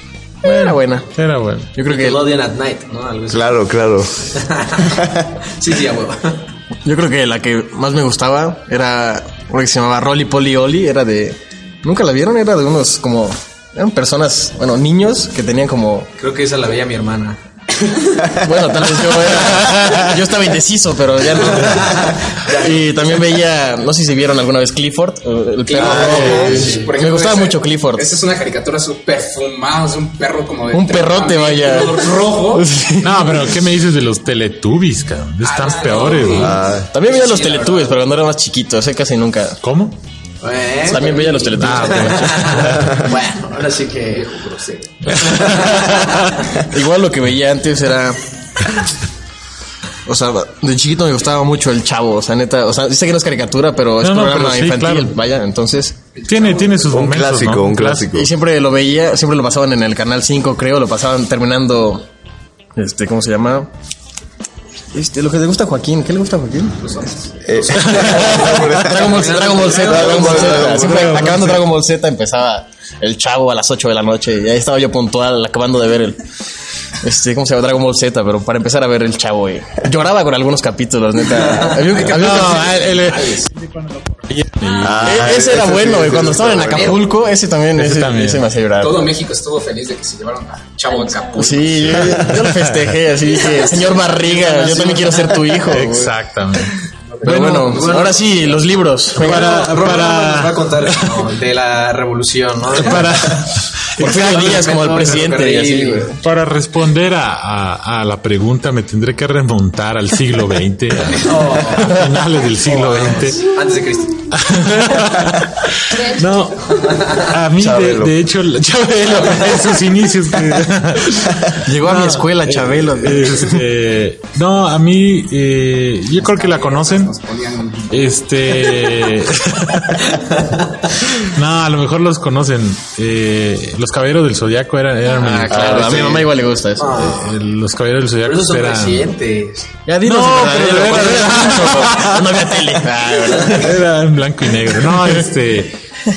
Speaker 3: era buena.
Speaker 2: Era bueno.
Speaker 3: Yo creo que
Speaker 4: Nickelodeon at Night, ¿no? Algo así.
Speaker 6: Claro, claro.
Speaker 4: sí, sí, a huevo.
Speaker 3: Yo creo que la que más me gustaba era una que se llamaba Rolly Polly Oli, era de... ¿Nunca la vieron? Era de unos como... Eran personas, bueno, niños que tenían como...
Speaker 4: Creo que esa la veía mi hermana.
Speaker 3: Bueno, tal vez yo era... Yo estaba indeciso, pero ya no. Y también veía, no sé si vieron alguna vez Clifford, eh, el perro rojo.
Speaker 5: Ah, Sí, por
Speaker 3: me
Speaker 5: ejemplo,
Speaker 3: gustaba
Speaker 5: esa-
Speaker 3: mucho Clifford.
Speaker 5: Esa es una caricatura súper fumada, es un perro como de...
Speaker 3: Un perrote, vaya.
Speaker 5: Rojo.
Speaker 2: No, pero ¿qué me dices de los Teletubbies, cabrón? Están
Speaker 5: Ah,
Speaker 2: peores,
Speaker 5: no.
Speaker 2: güey.
Speaker 6: Ah,
Speaker 3: También veía los
Speaker 5: Sí, la
Speaker 3: Teletubbies, pero cuando era más chiquito, ese casi nunca.
Speaker 2: ¿Cómo?
Speaker 5: ¿Eh?
Speaker 4: Bueno,
Speaker 3: También veía los Teletubbies.
Speaker 2: Ah,
Speaker 5: Ah,
Speaker 4: bueno, ahora sí que.
Speaker 3: Igual lo que veía antes era. O sea, de chiquito me gustaba mucho el chavo. O sea, neta. O sea, sé que no es caricatura, pero es
Speaker 2: No, no,
Speaker 3: programa
Speaker 2: pero sí,
Speaker 3: infantil.
Speaker 2: claro.
Speaker 3: Vaya, entonces.
Speaker 2: Tiene, tiene sus
Speaker 6: un
Speaker 2: momentos.
Speaker 6: clásico,
Speaker 2: ¿no?
Speaker 6: un clásico.
Speaker 3: Y siempre lo veía, siempre lo pasaban en el canal 5, creo. Lo pasaban terminando. Este, ¿cómo se llama? Este, lo que le gusta a Joaquín. ¿Qué le gusta a Joaquín?
Speaker 6: Eh,
Speaker 3: Dragon Ball, Dragon Ball Z. Dragon Ball Z. Siempre acabando Dragon Ball Z empezaba el chavo a las 8 de la noche. Y ahí estaba yo puntual, acabando de ver el. Este, ¿cómo se llama? Dragon Ball Z, pero para empezar a ver el chavo, eh. Lloraba con algunos capítulos, neta. Había un- había un
Speaker 2: No,
Speaker 3: capítulo-
Speaker 2: el- el-
Speaker 6: ah,
Speaker 3: E- ese era
Speaker 6: ese
Speaker 3: bueno,
Speaker 6: sí,
Speaker 3: güey.
Speaker 6: ese
Speaker 3: Cuando
Speaker 6: sí
Speaker 3: estaban en
Speaker 6: estaba bueno.
Speaker 3: Acapulco, ese también,
Speaker 2: Ese
Speaker 3: ese,
Speaker 2: también.
Speaker 3: ese me hacía llorar.
Speaker 5: Todo México estuvo feliz de que se llevaron a Chavo Acapulco.
Speaker 3: Pues Sí, yo, yo lo festejé, así dije, señor Barriga, yo también quiero ser tu hijo. güey".
Speaker 2: Exactamente.
Speaker 3: Pero bueno, ahora sí, los libros. Venga.
Speaker 2: Para,
Speaker 4: Roberto nos va a
Speaker 2: para,
Speaker 4: contar como de la revolución, ¿no? De la-
Speaker 2: para,
Speaker 3: Porfirio Díaz como el
Speaker 4: Fernández
Speaker 3: presidente y así, güey.
Speaker 2: para responder a, a- a la pregunta me tendré que remontar al siglo XX, a, a finales del siglo XX.
Speaker 4: Antes de Cristo.
Speaker 2: No, a mí de,
Speaker 6: Chabelo.
Speaker 2: de hecho, la- Chabelo, en sus inicios. que-
Speaker 3: Llegó a mi escuela, Chabelo.
Speaker 2: Este, no, a mí, eh, yo creo que la conocen.
Speaker 5: Nos ponían
Speaker 2: Este. no, a lo mejor los conocen. Eh, los caballeros del zodiaco eran. eran
Speaker 3: Ah, claro, a mi mamá igual le gusta eso.
Speaker 2: eh, los caballeros del zodiaco
Speaker 4: Pero esos son
Speaker 2: eran.
Speaker 4: presidentes.
Speaker 3: Ya dinos
Speaker 2: No,
Speaker 3: el verdadero,
Speaker 2: pero de
Speaker 3: cuando
Speaker 2: veras.
Speaker 3: era niño, No había tele. Ah, ¿verdad?
Speaker 2: Era en blanco y negro. No, este.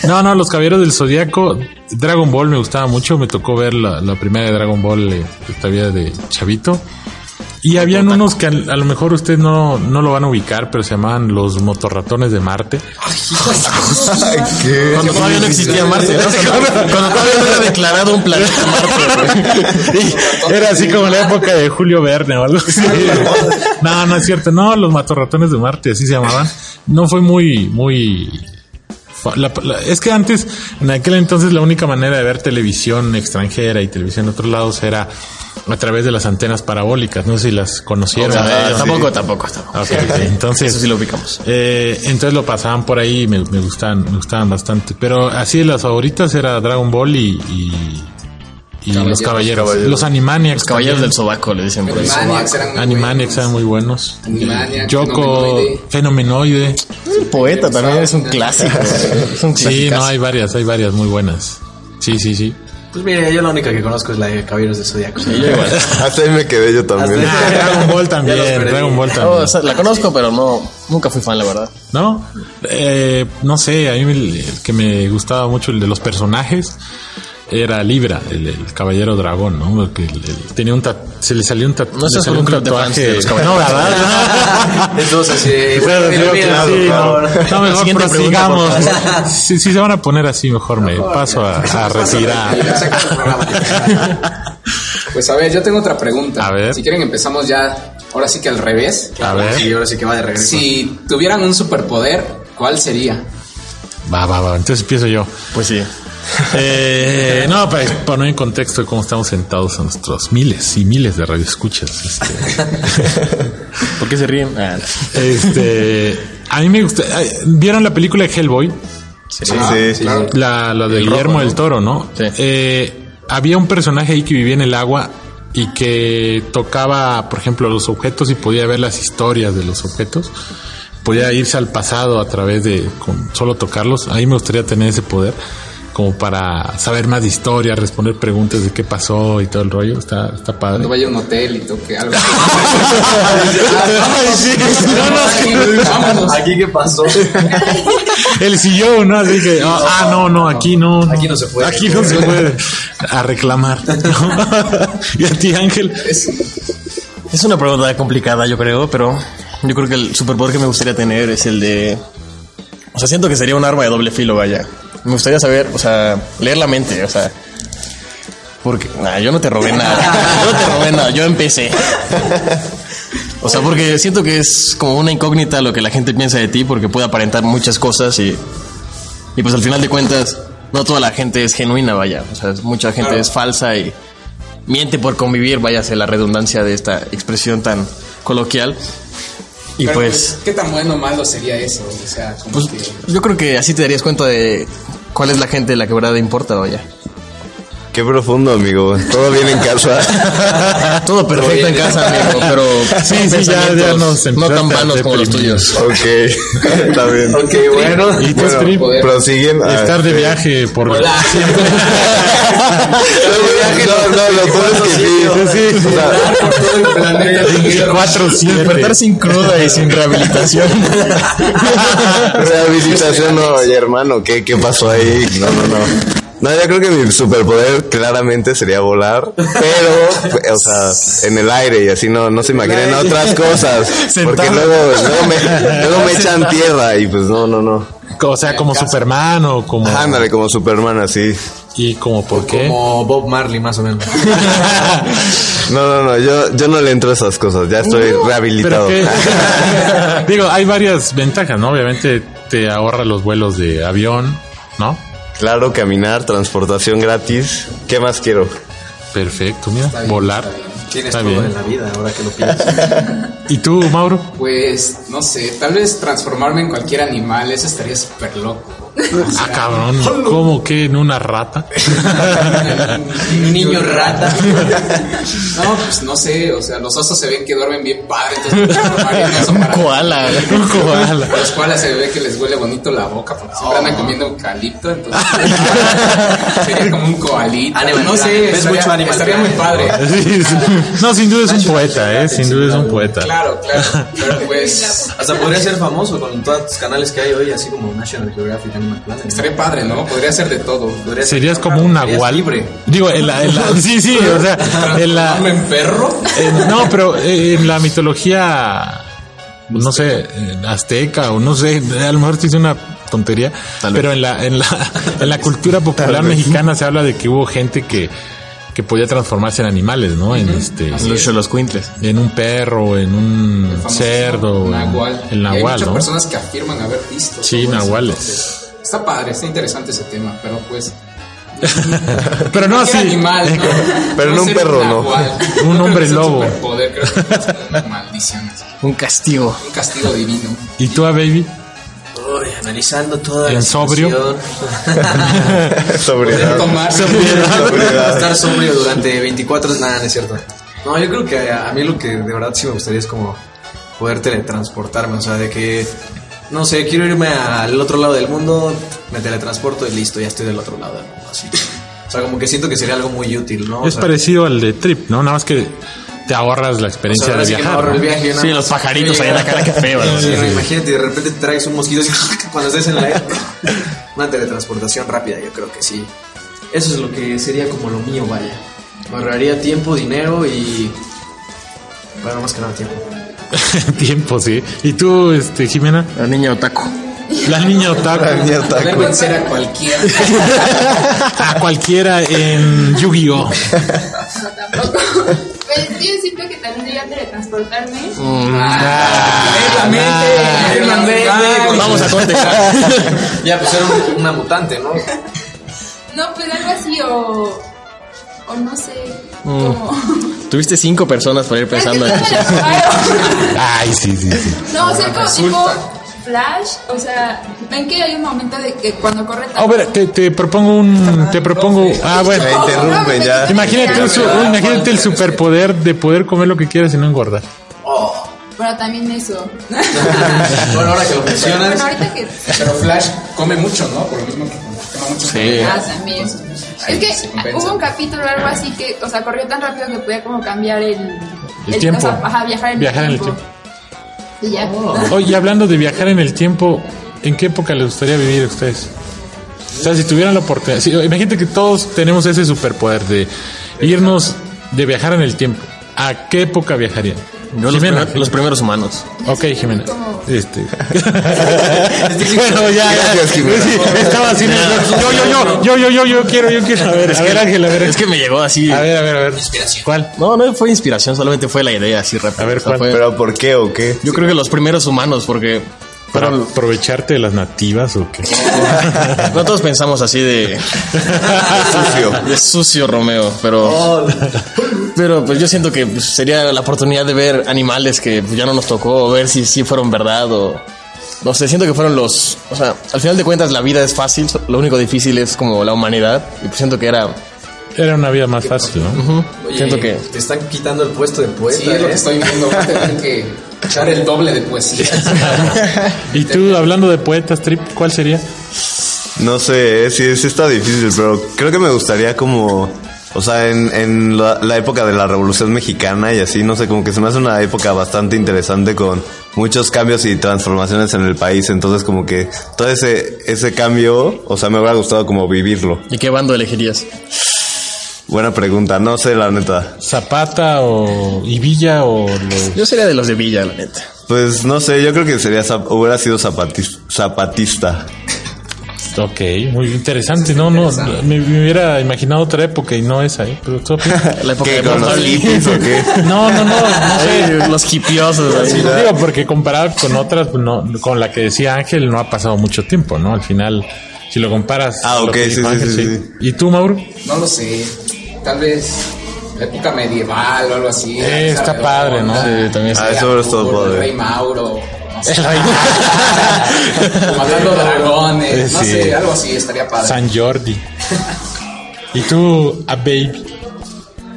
Speaker 2: No, no, los caballeros del zodiaco. Dragon Ball me gustaba mucho. Me tocó ver la, la primera de Dragon Ball, eh, todavía de Chavito. Y habían unos que al- a, lo mejor ustedes no, no lo van a ubicar, pero se llamaban los motorratones de Marte.
Speaker 3: Cuando todavía no existía Marte. ¿no? Cuando, cuando todavía no era declarado un planeta Marte. güey.
Speaker 2: Era así como la época de Julio Verne o algo así. No, no es cierto. No, los matorratones de Marte, así se llamaban. No fue muy, muy. fa- la- la- es que antes, en aquel entonces, la única manera de ver televisión extranjera y televisión de otros lados era a través de las antenas parabólicas. No sé si las
Speaker 3: O
Speaker 2: conocieron.
Speaker 3: sea,
Speaker 2: Ah, sí.
Speaker 3: Tampoco, tampoco, tampoco.
Speaker 2: Ok, entonces.
Speaker 3: Eso sí lo ubicamos.
Speaker 2: Eh, entonces lo pasaban por ahí y me, me gustaban, me gustaban bastante. Pero así de las favoritas era Dragon Ball y, y, y los caballeros. Los Animaniacs.
Speaker 3: Los caballeros
Speaker 2: también.
Speaker 3: del sobaco le dicen por ahí.
Speaker 5: Animaniacs eran muy
Speaker 2: Animaniacs eran
Speaker 5: buenos.
Speaker 2: muy buenos.
Speaker 5: Animaniacs,
Speaker 2: Yoko,
Speaker 5: Fenomenoide.
Speaker 2: Fenomenoide.
Speaker 3: Es un poeta también, es un clásico. Es un
Speaker 2: Sí, no,
Speaker 3: clasicazo.
Speaker 2: hay varias, hay varias muy buenas. Sí, sí, sí.
Speaker 4: Pues mira, yo la única que conozco es la de Caballeros del Zodíaco.
Speaker 6: Hasta ahí me quedé yo también.
Speaker 4: Hasta
Speaker 2: Ah, Dragon Ball también,
Speaker 4: Ya los perdí.
Speaker 2: Dragon Ball
Speaker 3: No,
Speaker 2: también.
Speaker 3: Oh, o sea, la conozco, pero no, nunca fui fan, la verdad.
Speaker 2: ¿No? Eh, no sé, a mí el, el que me gustaba mucho, el de los personajes, era Libra, el, el caballero dragón, ¿no? Porque el- el- tenía un tat- se le salió un, tat-
Speaker 3: No
Speaker 2: le
Speaker 3: seas
Speaker 2: salió
Speaker 3: como
Speaker 2: un
Speaker 3: un club de fans de
Speaker 2: tatuaje.
Speaker 3: los caballeros.
Speaker 2: No, ¿verdad?
Speaker 4: Entonces, sí,
Speaker 2: Claro,
Speaker 4: bueno,
Speaker 2: creo que
Speaker 4: mira,
Speaker 2: sí,
Speaker 4: por
Speaker 2: no,
Speaker 4: favor.
Speaker 2: no, mejor
Speaker 3: siguiente pregunta, por
Speaker 2: prosigamos. Si, si se van a poner así, mejor me paso a, a
Speaker 5: Ya
Speaker 2: retirar.
Speaker 5: saca el programa. Pues a ver, yo tengo otra pregunta.
Speaker 2: A ver.
Speaker 5: Si quieren empezamos ya, ahora sí que al revés.
Speaker 2: A
Speaker 4: Y
Speaker 2: ver,
Speaker 4: ahora sí que va de regreso.
Speaker 5: Si tuvieran un superpoder, ¿cuál sería?
Speaker 2: va, va, va. Entonces empiezo yo.
Speaker 3: Pues sí.
Speaker 2: Eh, no, para poner en contexto de cómo estamos sentados a nuestros miles y miles de radioescuchas. Este,
Speaker 3: ¿Por qué se ríen? Ah, no.
Speaker 2: Este, a mí me gusta. ay, ¿Vieron la película de Hellboy?
Speaker 6: Sí,
Speaker 3: Ah,
Speaker 6: sí, sí.
Speaker 2: La, la de Guillermo
Speaker 3: rojo, ¿no?
Speaker 2: del Toro, ¿no?
Speaker 3: Sí.
Speaker 2: Eh, había un personaje ahí que vivía en el agua y que tocaba, por ejemplo, los objetos y podía ver las historias de los objetos. Podía irse al pasado a través de con solo tocarlos. Ahí me gustaría tener ese poder como para saber más de historia, responder preguntas de qué pasó y todo el rollo. Está, está padre.
Speaker 5: Cuando vaya a un hotel y toque algo.
Speaker 2: Ay, sí. No, no,
Speaker 5: Vámonos.
Speaker 4: ¿Aquí qué pasó?
Speaker 2: El sillón, ¿no? Así que, ah, ah, no, no, aquí no.
Speaker 4: Aquí no se puede.
Speaker 2: Aquí no se puede. A reclamar. ¿no? y a ti, Ángel.
Speaker 3: Es una pregunta complicada, yo creo, pero yo creo que el superpoder que me gustaría tener es el de. O sea, siento que sería un arma de doble filo, vaya. Me gustaría saber, o sea, leer la mente, o sea. Porque, nah, yo no te robé nada. Yo no te robé nada, yo empecé. O sea, porque siento que es como una incógnita lo que la gente piensa de ti, porque puede aparentar muchas cosas y. Y pues al final de cuentas, no toda la gente es genuina, vaya. O sea, mucha gente es falsa y miente por convivir, váyase la redundancia de esta expresión tan coloquial. Y
Speaker 5: Pero,
Speaker 3: pues,
Speaker 5: ¿Qué tan bueno o malo sería eso? O sea, como
Speaker 3: pues,
Speaker 5: que...
Speaker 3: yo creo que así te darías cuenta de cuál es la gente la que verdad importa, vaya.
Speaker 6: Qué profundo, amigo. Todo bien en casa.
Speaker 3: Todo perfecto en casa, amigo, pero
Speaker 2: Sí, sí,
Speaker 3: son
Speaker 2: ya- ya nos
Speaker 3: pensamientos no
Speaker 2: empezaste
Speaker 3: tan
Speaker 2: a
Speaker 3: vanos como los
Speaker 2: deprimir.
Speaker 3: tuyos.
Speaker 6: Ok, está bien.
Speaker 5: Ok, bueno.
Speaker 2: Y tú,
Speaker 6: Bueno, pues,
Speaker 2: Strip,
Speaker 5: poder-
Speaker 6: prosiguen. ah. a-
Speaker 2: estar de viaje por.
Speaker 5: Hola.
Speaker 6: No, no, lo peor es que sí.
Speaker 2: Sí, sí.
Speaker 6: O sea,
Speaker 5: Por todo el planeta.
Speaker 2: 24
Speaker 3: Despertar
Speaker 2: 7
Speaker 3: sin cruda y sin rehabilitación.
Speaker 6: Rehabilitación, no, oye, hermano, ¿qué, ¿qué pasó ahí? No, no, no. No, yo creo que mi superpoder claramente sería volar, pero, o sea, en el aire y así no, no se imaginen otras cosas, porque
Speaker 2: Sentado.
Speaker 6: luego, luego, me, luego me echan tierra y pues no, no, no.
Speaker 2: O sea, como Superman o como.
Speaker 5: Ah,
Speaker 6: Ándale, como Superman así.
Speaker 2: ¿Y como por qué?
Speaker 4: Como Bob Marley, más o menos.
Speaker 6: No, no, no, yo, yo no le entro a esas cosas, ya estoy
Speaker 2: Pero
Speaker 6: rehabilitado.
Speaker 2: que- digo, hay varias ventajas, ¿no? Obviamente te ahorra los vuelos de avión, ¿no?
Speaker 6: Claro, caminar, transportación gratis. ¿Qué más quiero?
Speaker 2: Perfecto, mira,
Speaker 5: bien,
Speaker 2: volar.
Speaker 5: está bien. Tienes
Speaker 2: Está
Speaker 5: todo
Speaker 2: bien.
Speaker 4: en la vida, ahora que lo pienso.
Speaker 2: ¿Y tú, Mauro?
Speaker 5: Pues, no sé, tal vez transformarme en cualquier animal, eso estaría súper loco.
Speaker 2: Ah, cabrón, ¿cómo que en una rata?
Speaker 5: Un niño rata. No, pues no sé, o sea, los osos se ven que duermen bien padre, entonces me transformaría en oso
Speaker 3: Un
Speaker 5: para-
Speaker 3: koala.
Speaker 2: Un koala. Oh.
Speaker 5: A los cuales se ve que les huele bonito la boca porque siempre andan comiendo eucalipto, entonces sería como un coalito.
Speaker 4: Animal
Speaker 5: no sé,
Speaker 4: Planet. Ves
Speaker 5: estaría,
Speaker 4: mucho Animal
Speaker 5: estaría muy
Speaker 4: Planet.
Speaker 5: padre.
Speaker 2: Sí, sí. No, sin duda es un poeta, ¿eh? Sin duda es un poeta.
Speaker 5: Claro, claro. Pero pues
Speaker 4: Hasta podría ser famoso con todos los canales que hay hoy, así como National Geographic, Animal Planet. ¿no?
Speaker 5: estaría padre, ¿no? Podría ser de todo.
Speaker 4: Podría ser-
Speaker 2: Serías como un
Speaker 4: Serías
Speaker 2: nahual.
Speaker 4: libre.
Speaker 2: Digo, en la, en la- sí, sí, o sea, en la,
Speaker 5: ¿Transformarme en perro?
Speaker 2: en- no, pero eh, en la mitología, no sé, eh, azteca o no sé, a lo mejor sí es una tontería, pero en la, en la, en la cultura popular mexicana se habla de que hubo gente que, que podía transformarse en animales, ¿no? En este,
Speaker 3: Los los cuintles.
Speaker 2: en un perro, en un
Speaker 5: famoso
Speaker 2: cerdo,
Speaker 5: Nahual.
Speaker 2: en el
Speaker 5: Y hay
Speaker 2: nahual,
Speaker 5: muchas
Speaker 2: ¿no?
Speaker 5: personas que afirman haber visto.
Speaker 2: Sí,
Speaker 5: todo eso,
Speaker 2: nahuales.
Speaker 5: entonces, Está padre, está interesante ese tema, pero pues.
Speaker 2: Pero no
Speaker 5: cualquier
Speaker 2: así.
Speaker 5: animal, ¿no?
Speaker 6: Pero no un
Speaker 5: ser
Speaker 6: perro, no.
Speaker 5: nahual. Yo creo
Speaker 2: Un
Speaker 5: que
Speaker 2: hombre
Speaker 5: es un
Speaker 2: lobo.
Speaker 5: superpoder, creo que es una maldición, así,
Speaker 3: Un castigo.
Speaker 5: Un castigo divino.
Speaker 2: ¿Y tú, a baby?
Speaker 4: Uy, analizando toda
Speaker 2: En
Speaker 4: la
Speaker 2: sobrio.
Speaker 4: situación.
Speaker 5: Poder
Speaker 6: Sobriedad.
Speaker 5: tomar.
Speaker 4: estar sobrio durante 24 horas. Nada, no es cierto. No, yo creo que a, a mí lo que de verdad sí me gustaría es como poder teletransportarme. O sea, de que, no sé, quiero irme al otro lado del mundo, me teletransporto y listo, ya estoy del otro lado del mundo. Así. O sea, como que siento que sería algo muy útil, ¿no? O
Speaker 2: Es
Speaker 4: sea,
Speaker 2: parecido al de Trip, ¿no? Nada más que te ahorras la
Speaker 4: o sea,
Speaker 2: experiencia
Speaker 4: ahora
Speaker 2: de
Speaker 4: sí que me
Speaker 2: viajar.
Speaker 4: ahorro el
Speaker 2: ¿no?
Speaker 4: viaje, nada
Speaker 3: Sí,
Speaker 4: más.
Speaker 3: los pajaritos
Speaker 4: Yo
Speaker 3: ahí en la
Speaker 4: llego-
Speaker 3: cara que feo. ¿no?
Speaker 4: Sí,
Speaker 3: Sí,
Speaker 4: no, Imagínate, de repente te traes un mosquito así, ¡ah! cuando estés en la aire. Una teletransportación rápida, yo creo que sí. Eso es lo que sería como lo mío, vaya. Me ahorraría tiempo, dinero y. Bueno, más que nada tiempo.
Speaker 2: Tiempo, sí. ¿Y tú, este, Jimena?
Speaker 3: La niña otaku.
Speaker 2: La niña otaku.
Speaker 6: Mierda,
Speaker 5: Poder vencer a cualquier.
Speaker 2: A cualquiera en Yu-Gi-Oh!
Speaker 7: No, tampoco. Pues yo siento que también diría teletransportarme.
Speaker 3: Mm.
Speaker 2: Ah.
Speaker 5: la mente, leer la mente.
Speaker 3: Vamos a corte.
Speaker 4: Ya, pues era un- una mutante, ¿no?
Speaker 7: No, pues algo así o. O no sé. Como.
Speaker 3: Tuviste cinco personas para ir pensando en
Speaker 7: Es que está medio raro.
Speaker 2: Ay, sí, sí, sí.
Speaker 7: No, o sea, como tipo Flash. O sea, ven que hay un momento de que cuando corre.
Speaker 2: A ver, te, te propongo un. Te propongo. Ah, bueno.
Speaker 6: Me interrumpen ya.
Speaker 2: Imagínate, un su- imagínate el superpoder de poder comer lo que quieras y no engordar.
Speaker 7: Bueno, también eso.
Speaker 4: bueno, ahora que lo
Speaker 7: Bueno,
Speaker 4: mencionas.
Speaker 7: ahorita que.
Speaker 5: Pero Flash come mucho, ¿no? Por lo mismo que toma mucho.
Speaker 7: Ah, también.
Speaker 5: ahí
Speaker 7: Es
Speaker 5: se
Speaker 7: que
Speaker 5: compensa.
Speaker 7: hubo un capítulo o algo así que, o sea, corrió tan rápido que podía como cambiar el,
Speaker 2: El tiempo.
Speaker 7: o sea, ajá, viajar en
Speaker 2: Viajar en
Speaker 7: el
Speaker 2: el Oh.
Speaker 7: tiempo. Y ya.
Speaker 2: Oye, hablando de viajar en el tiempo, ¿en qué época les gustaría vivir a ustedes? O sea, si tuvieran la oportunidad, si- imagínate que todos tenemos ese superpoder de irnos, de viajar en el tiempo. ¿A qué época viajarían?
Speaker 3: Yo los,
Speaker 2: Jimena.
Speaker 3: primer- los primeros humanos.
Speaker 2: Ok, Jimena.
Speaker 7: Como-
Speaker 2: Este. bueno, ya, ya.
Speaker 6: Gracias, Jimena.
Speaker 2: Sí, estaba así. en el- Yo, yo, yo, yo, yo, yo, yo quiero, yo quiero. A ver, a ver, Ángel, a ver.
Speaker 3: Es que me llegó así.
Speaker 2: A ver, a ver, a ver. ¿Cuál?
Speaker 3: No, no fue inspiración, solamente fue la idea así rápido.
Speaker 2: A ver,
Speaker 3: O sea,
Speaker 2: ¿cuál?
Speaker 3: fue-
Speaker 6: ¿Pero por qué o qué?
Speaker 3: Yo creo que los primeros humanos, porque
Speaker 2: ¿Para
Speaker 3: fueron-
Speaker 2: aprovecharte de las nativas o qué?
Speaker 3: no todos pensamos así de de sucio Romeo, pero pero pues yo siento que pues, sería la oportunidad de ver animales que pues, ya no nos tocó, o ver si sí fueron verdad o no sé, siento que fueron los, o sea, al final de cuentas la vida es fácil, lo único difícil es como la humanidad y pues siento que era
Speaker 2: Era una vida más fácil, ¿no?
Speaker 3: ujú,
Speaker 4: Oye,
Speaker 3: siento que
Speaker 4: Te están quitando el puesto de poeta.
Speaker 5: Sí, es lo
Speaker 4: ¿eh?
Speaker 5: que estoy viendo. Voy a tener que echar el doble de poesía.
Speaker 2: Y tú, hablando de poetas, Trip, ¿cuál sería?
Speaker 6: No sé, eh, sí, sí está difícil, pero creo que me gustaría como... O sea, en, en la, la época de la Revolución Mexicana y así, no sé, como que se me hace una época bastante interesante con muchos cambios y transformaciones en el país. Entonces, como que todo ese, ese cambio, o sea, me hubiera gustado como vivirlo.
Speaker 3: ¿y qué bando elegirías?
Speaker 6: Buena pregunta, no sé, la neta.
Speaker 2: Zapata o Ibilla o los...
Speaker 3: Yo sería de los de Villa, la neta.
Speaker 6: Pues no sé, yo creo que sería zap- hubiera sido zapatis- zapatista.
Speaker 2: Ok, muy interesante. no, no, me, me hubiera imaginado otra época y no esa, ¿eh? Pero todo bien.
Speaker 3: La época de
Speaker 6: ¿Qué? ¿Con los
Speaker 3: Bob Marley.
Speaker 6: hippies o qué?
Speaker 2: No, no, no, no sé.
Speaker 3: Ay, los hipiosos.
Speaker 2: Sí,
Speaker 3: así.
Speaker 2: lo digo porque comparado con otras, pues, no, con la que decía Ángel, no ha pasado mucho tiempo, ¿no? Al final, si lo comparas.
Speaker 6: Ah,
Speaker 2: lo
Speaker 6: ok,
Speaker 2: que
Speaker 6: sí,
Speaker 2: dijo
Speaker 6: sí,
Speaker 2: Ángel,
Speaker 6: sí,
Speaker 2: ¿Y tú, Mauro?
Speaker 5: No lo sé. Tal vez la época medieval o algo así.
Speaker 2: Eh, está
Speaker 5: Isabel,
Speaker 2: padre, ¿no?
Speaker 5: Onda,
Speaker 3: Sí, también está-
Speaker 6: Ah, eso
Speaker 5: Arturo,
Speaker 6: es todo padre.
Speaker 5: El rey Mauro. no sé, Matando
Speaker 2: San
Speaker 5: dragones. No
Speaker 2: Sí.
Speaker 5: sé, algo así estaría padre.
Speaker 2: Jordi. ¿Y tú, a Baby?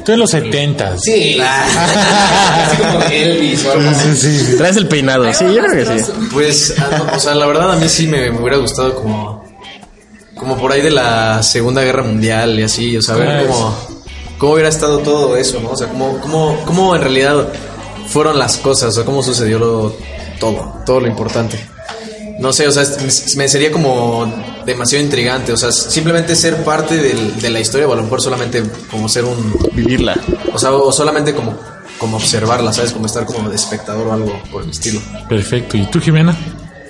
Speaker 2: Tú en los 70
Speaker 5: Sí.
Speaker 4: Ah,
Speaker 5: así como Elvis o algo así.
Speaker 2: Sí, sí, sí.
Speaker 3: Traes el peinado. Sí, yo creo que sí.
Speaker 4: Pues, ah, no, o sea, la verdad a mí sí me, me hubiera gustado como, como por ahí de la Segunda Guerra Mundial y así, o sea,
Speaker 2: Ah,
Speaker 4: ver cómo, cómo hubiera estado todo eso, ¿no? O sea, cómo, cómo, cómo en realidad fueron las cosas, o sea, cómo sucedió lo- todo, todo lo importante. No sé, o sea, es- me me sería como demasiado intrigante, o sea, simplemente ser parte del- de la historia, o a lo mejor solamente como ser un,
Speaker 3: Vivirla.
Speaker 4: o sea, o solamente como, como observarla, ¿sabes? Como estar como de espectador o algo por el estilo.
Speaker 2: Perfecto. ¿Y tú, Jimena?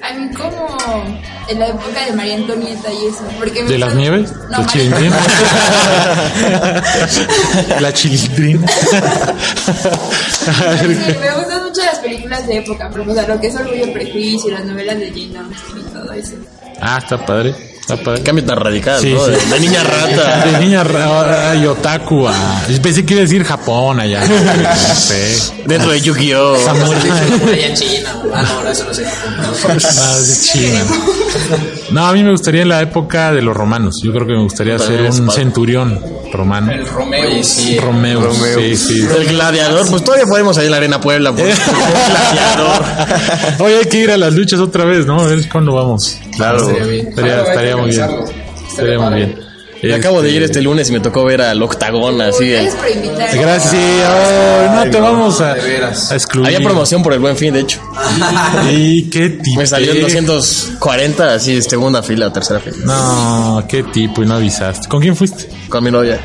Speaker 7: A mí como en la época de María Antonieta y eso. Porque me
Speaker 2: ¿De las
Speaker 7: gusta-
Speaker 2: nieves?
Speaker 7: No,
Speaker 2: ¿De
Speaker 7: María-
Speaker 2: Chilindrín? ¿La Chilindrín?
Speaker 7: me gustan mucho las películas de época, pero o sea, lo que es Orgullo y Prejuicio, las novelas de Jane Austen y todo eso.
Speaker 2: Ah, está padre. Está
Speaker 3: Qué
Speaker 2: padre.
Speaker 3: Cambio tan radical,
Speaker 2: Sí,
Speaker 3: ¿no?
Speaker 2: sí.
Speaker 3: De, de niña rata.
Speaker 2: De niña rara y otaku. ah. Pensé que iba a decir Japón allá. No sé.
Speaker 3: Dentro de Yu-Gi-Oh!
Speaker 2: Samurai.
Speaker 4: Allá en China. Ah, no, no, eso no sé.
Speaker 2: Más de China. No, a mí me gustaría en la época de los romanos. Yo creo que me gustaría ser un centurión romano.
Speaker 5: El Romeo.
Speaker 2: Romeo. Sí, sí.
Speaker 3: El gladiador, pues todavía podemos ahí en la Arena Puebla. Por, por gladiador.
Speaker 2: Hoy hay que ir a las luchas otra vez, ¿no? A ver cuándo vamos.
Speaker 6: Claro.
Speaker 2: Estaría,
Speaker 5: Claro, hay
Speaker 2: estaría
Speaker 5: que
Speaker 2: muy bien.
Speaker 5: organizarlo.
Speaker 2: Estaría muy
Speaker 5: padre.
Speaker 2: bien.
Speaker 3: Me acabo de ir este lunes y me tocó ver al Octagón así. eh.
Speaker 7: Gracias
Speaker 3: el-
Speaker 7: por invitar.
Speaker 2: Este, Gracias. Ay, no te vamos a,
Speaker 4: de veras.
Speaker 2: a excluir.
Speaker 3: Había promoción por el buen fin, de hecho.
Speaker 2: Y qué tipo.
Speaker 3: Me salió en 240, así, este, segunda fila, tercera fila.
Speaker 2: No, qué tipo, y no avisaste. ¿Con quién fuiste?
Speaker 3: Con mi novia.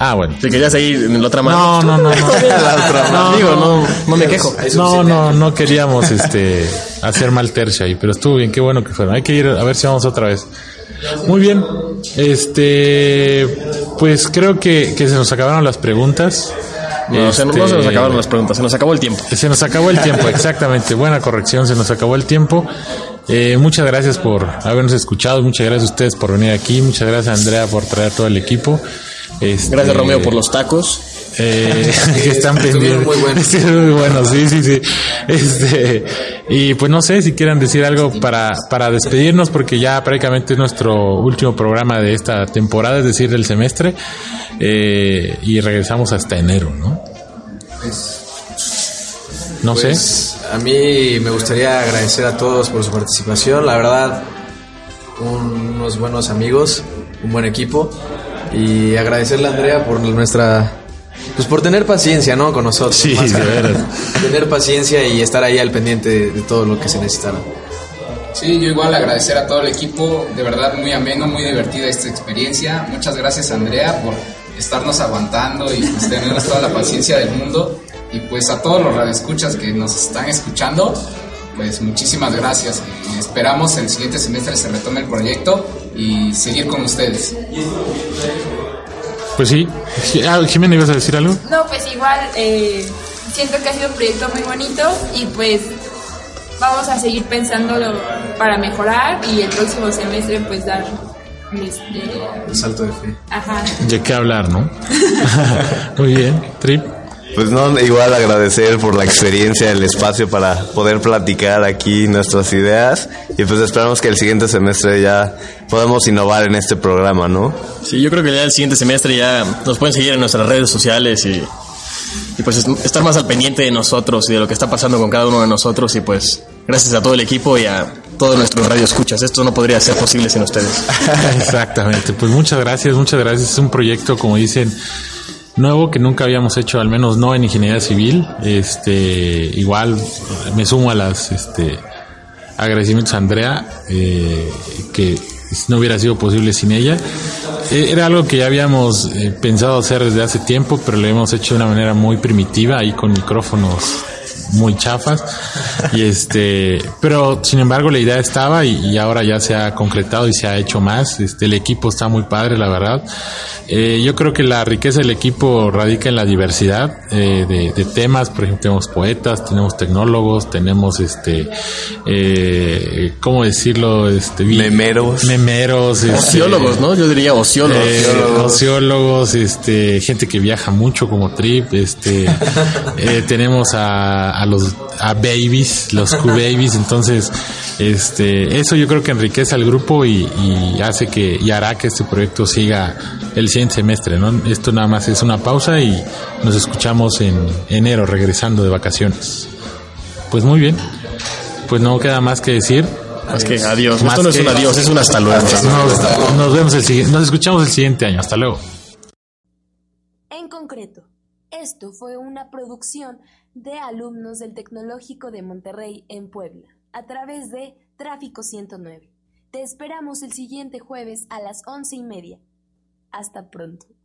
Speaker 2: Ah, bueno.
Speaker 3: Si quería seguir en la otra mano.
Speaker 2: No, no, no, Este- no.
Speaker 3: No, Digo, no, no me quejo.
Speaker 2: No, no, no queríamos este hacer mal tercia ahí, pero estuvo bien, qué bueno que fueron. Hay que ir a ver si vamos otra vez. Muy bien. Este pues creo que, que se nos acabaron las preguntas.
Speaker 3: No, se, no- no se nos
Speaker 2: Este,
Speaker 3: acabaron las preguntas, se nos acabó el tiempo.
Speaker 2: se nos acabó el tiempo, exactamente. Buena corrección, se nos acabó el tiempo. Eh, muchas gracias por habernos escuchado, muchas gracias a ustedes por venir aquí, muchas gracias a Andrea por traer todo el equipo. Este,
Speaker 3: Gracias, Romeo, por los tacos.
Speaker 2: eh, que están pendientes.
Speaker 4: Estuvieron muy buenos.
Speaker 2: Estuvieron muy buenos, sí, sí, sí. Este, y pues no sé si quieran decir algo para, para despedirnos, porque ya prácticamente es nuestro último programa de esta temporada, es decir, del semestre, eh, y regresamos hasta enero, ¿no? No sé.
Speaker 4: Pues, a mí me gustaría agradecer a todos por su participación. La verdad, un- unos buenos amigos, un buen equipo. Y agradecerle a Andrea por nuestra. Pues por tener paciencia, ¿no? Con nosotros.
Speaker 2: Sí,
Speaker 4: Más que
Speaker 2: de
Speaker 4: nada.
Speaker 2: veras.
Speaker 4: Tener paciencia y estar ahí al pendiente de, de todo lo que se necesitara.
Speaker 5: Sí, yo igual agradecer a todo el equipo, de verdad muy ameno, muy divertida esta experiencia. Muchas gracias Andrea por estarnos aguantando y pues, tenernos toda la paciencia del mundo. Y pues a todos los radioescuchas que nos están escuchando, pues muchísimas gracias. Y esperamos el siguiente semestre se retome el proyecto y seguir con ustedes.
Speaker 2: Pues sí. Ah, Jimena, ¿ibas a decir algo?
Speaker 7: No, pues igual eh, siento que ha sido un proyecto muy bonito y pues vamos a seguir pensándolo para mejorar y el próximo semestre pues dar este,
Speaker 4: El salto de fe.
Speaker 7: ajá.
Speaker 2: De qué hablar, ¿no? Muy bien. Trip.
Speaker 6: Pues no, igual agradecer por la experiencia, el espacio para poder platicar aquí nuestras ideas y pues esperamos que el siguiente semestre ya podamos innovar en este programa, ¿no?
Speaker 3: Sí, yo creo que ya el siguiente semestre ya nos pueden seguir en nuestras redes sociales y, y pues est- estar más al pendiente de nosotros y de lo que está pasando con cada uno de nosotros. Y pues gracias a todo el equipo y a todos nuestros radioescuchas. Esto no podría ser posible sin ustedes.
Speaker 2: Exactamente, pues muchas gracias, muchas gracias. Es un proyecto, como dicen, nuevo que nunca habíamos hecho, al menos no en ingeniería civil. Este, igual me sumo a las este, agradecimientos a Andrea, eh, que no hubiera sido posible sin ella. Eh, Era algo que ya habíamos eh, pensado hacer desde hace tiempo, pero lo hemos hecho de una manera muy primitiva, ahí con micrófonos muy chafas. Y este, pero sin embargo la idea estaba y, y ahora ya se ha concretado y se ha hecho más. Este, el equipo está muy padre, la verdad. Eh, yo creo que la riqueza del equipo radica en la diversidad eh, de, de temas. Por ejemplo, tenemos poetas, tenemos tecnólogos, tenemos este, eh, ¿cómo decirlo? Este, vi-
Speaker 6: Memeros.
Speaker 2: Memeros. este,
Speaker 3: Ociólogos, ¿no? Yo diría ociólogos.
Speaker 2: eh, sociólogos, este, gente que viaja mucho como Trip, este, eh, tenemos a, a los a babies, los Q babies, entonces, este, eso yo creo que enriquece al grupo y, y hace que y hará que este proyecto siga el siguiente semestre, ¿no? Esto nada más es una pausa y nos escuchamos en enero regresando de vacaciones. Pues muy bien, pues no queda más que decir.
Speaker 3: Más que adiós.
Speaker 2: Más
Speaker 3: Esto no es
Speaker 2: que-
Speaker 3: un adiós, es un hasta luego.
Speaker 6: Pues
Speaker 2: Nos, nos vemos el siguiente, nos escuchamos el siguiente año. Hasta luego.
Speaker 1: En concreto, esto fue una producción de alumnos del Tecnológico de Monterrey en Puebla, a través de Tráfico 109. Te esperamos el siguiente jueves a las once y media. Hasta pronto.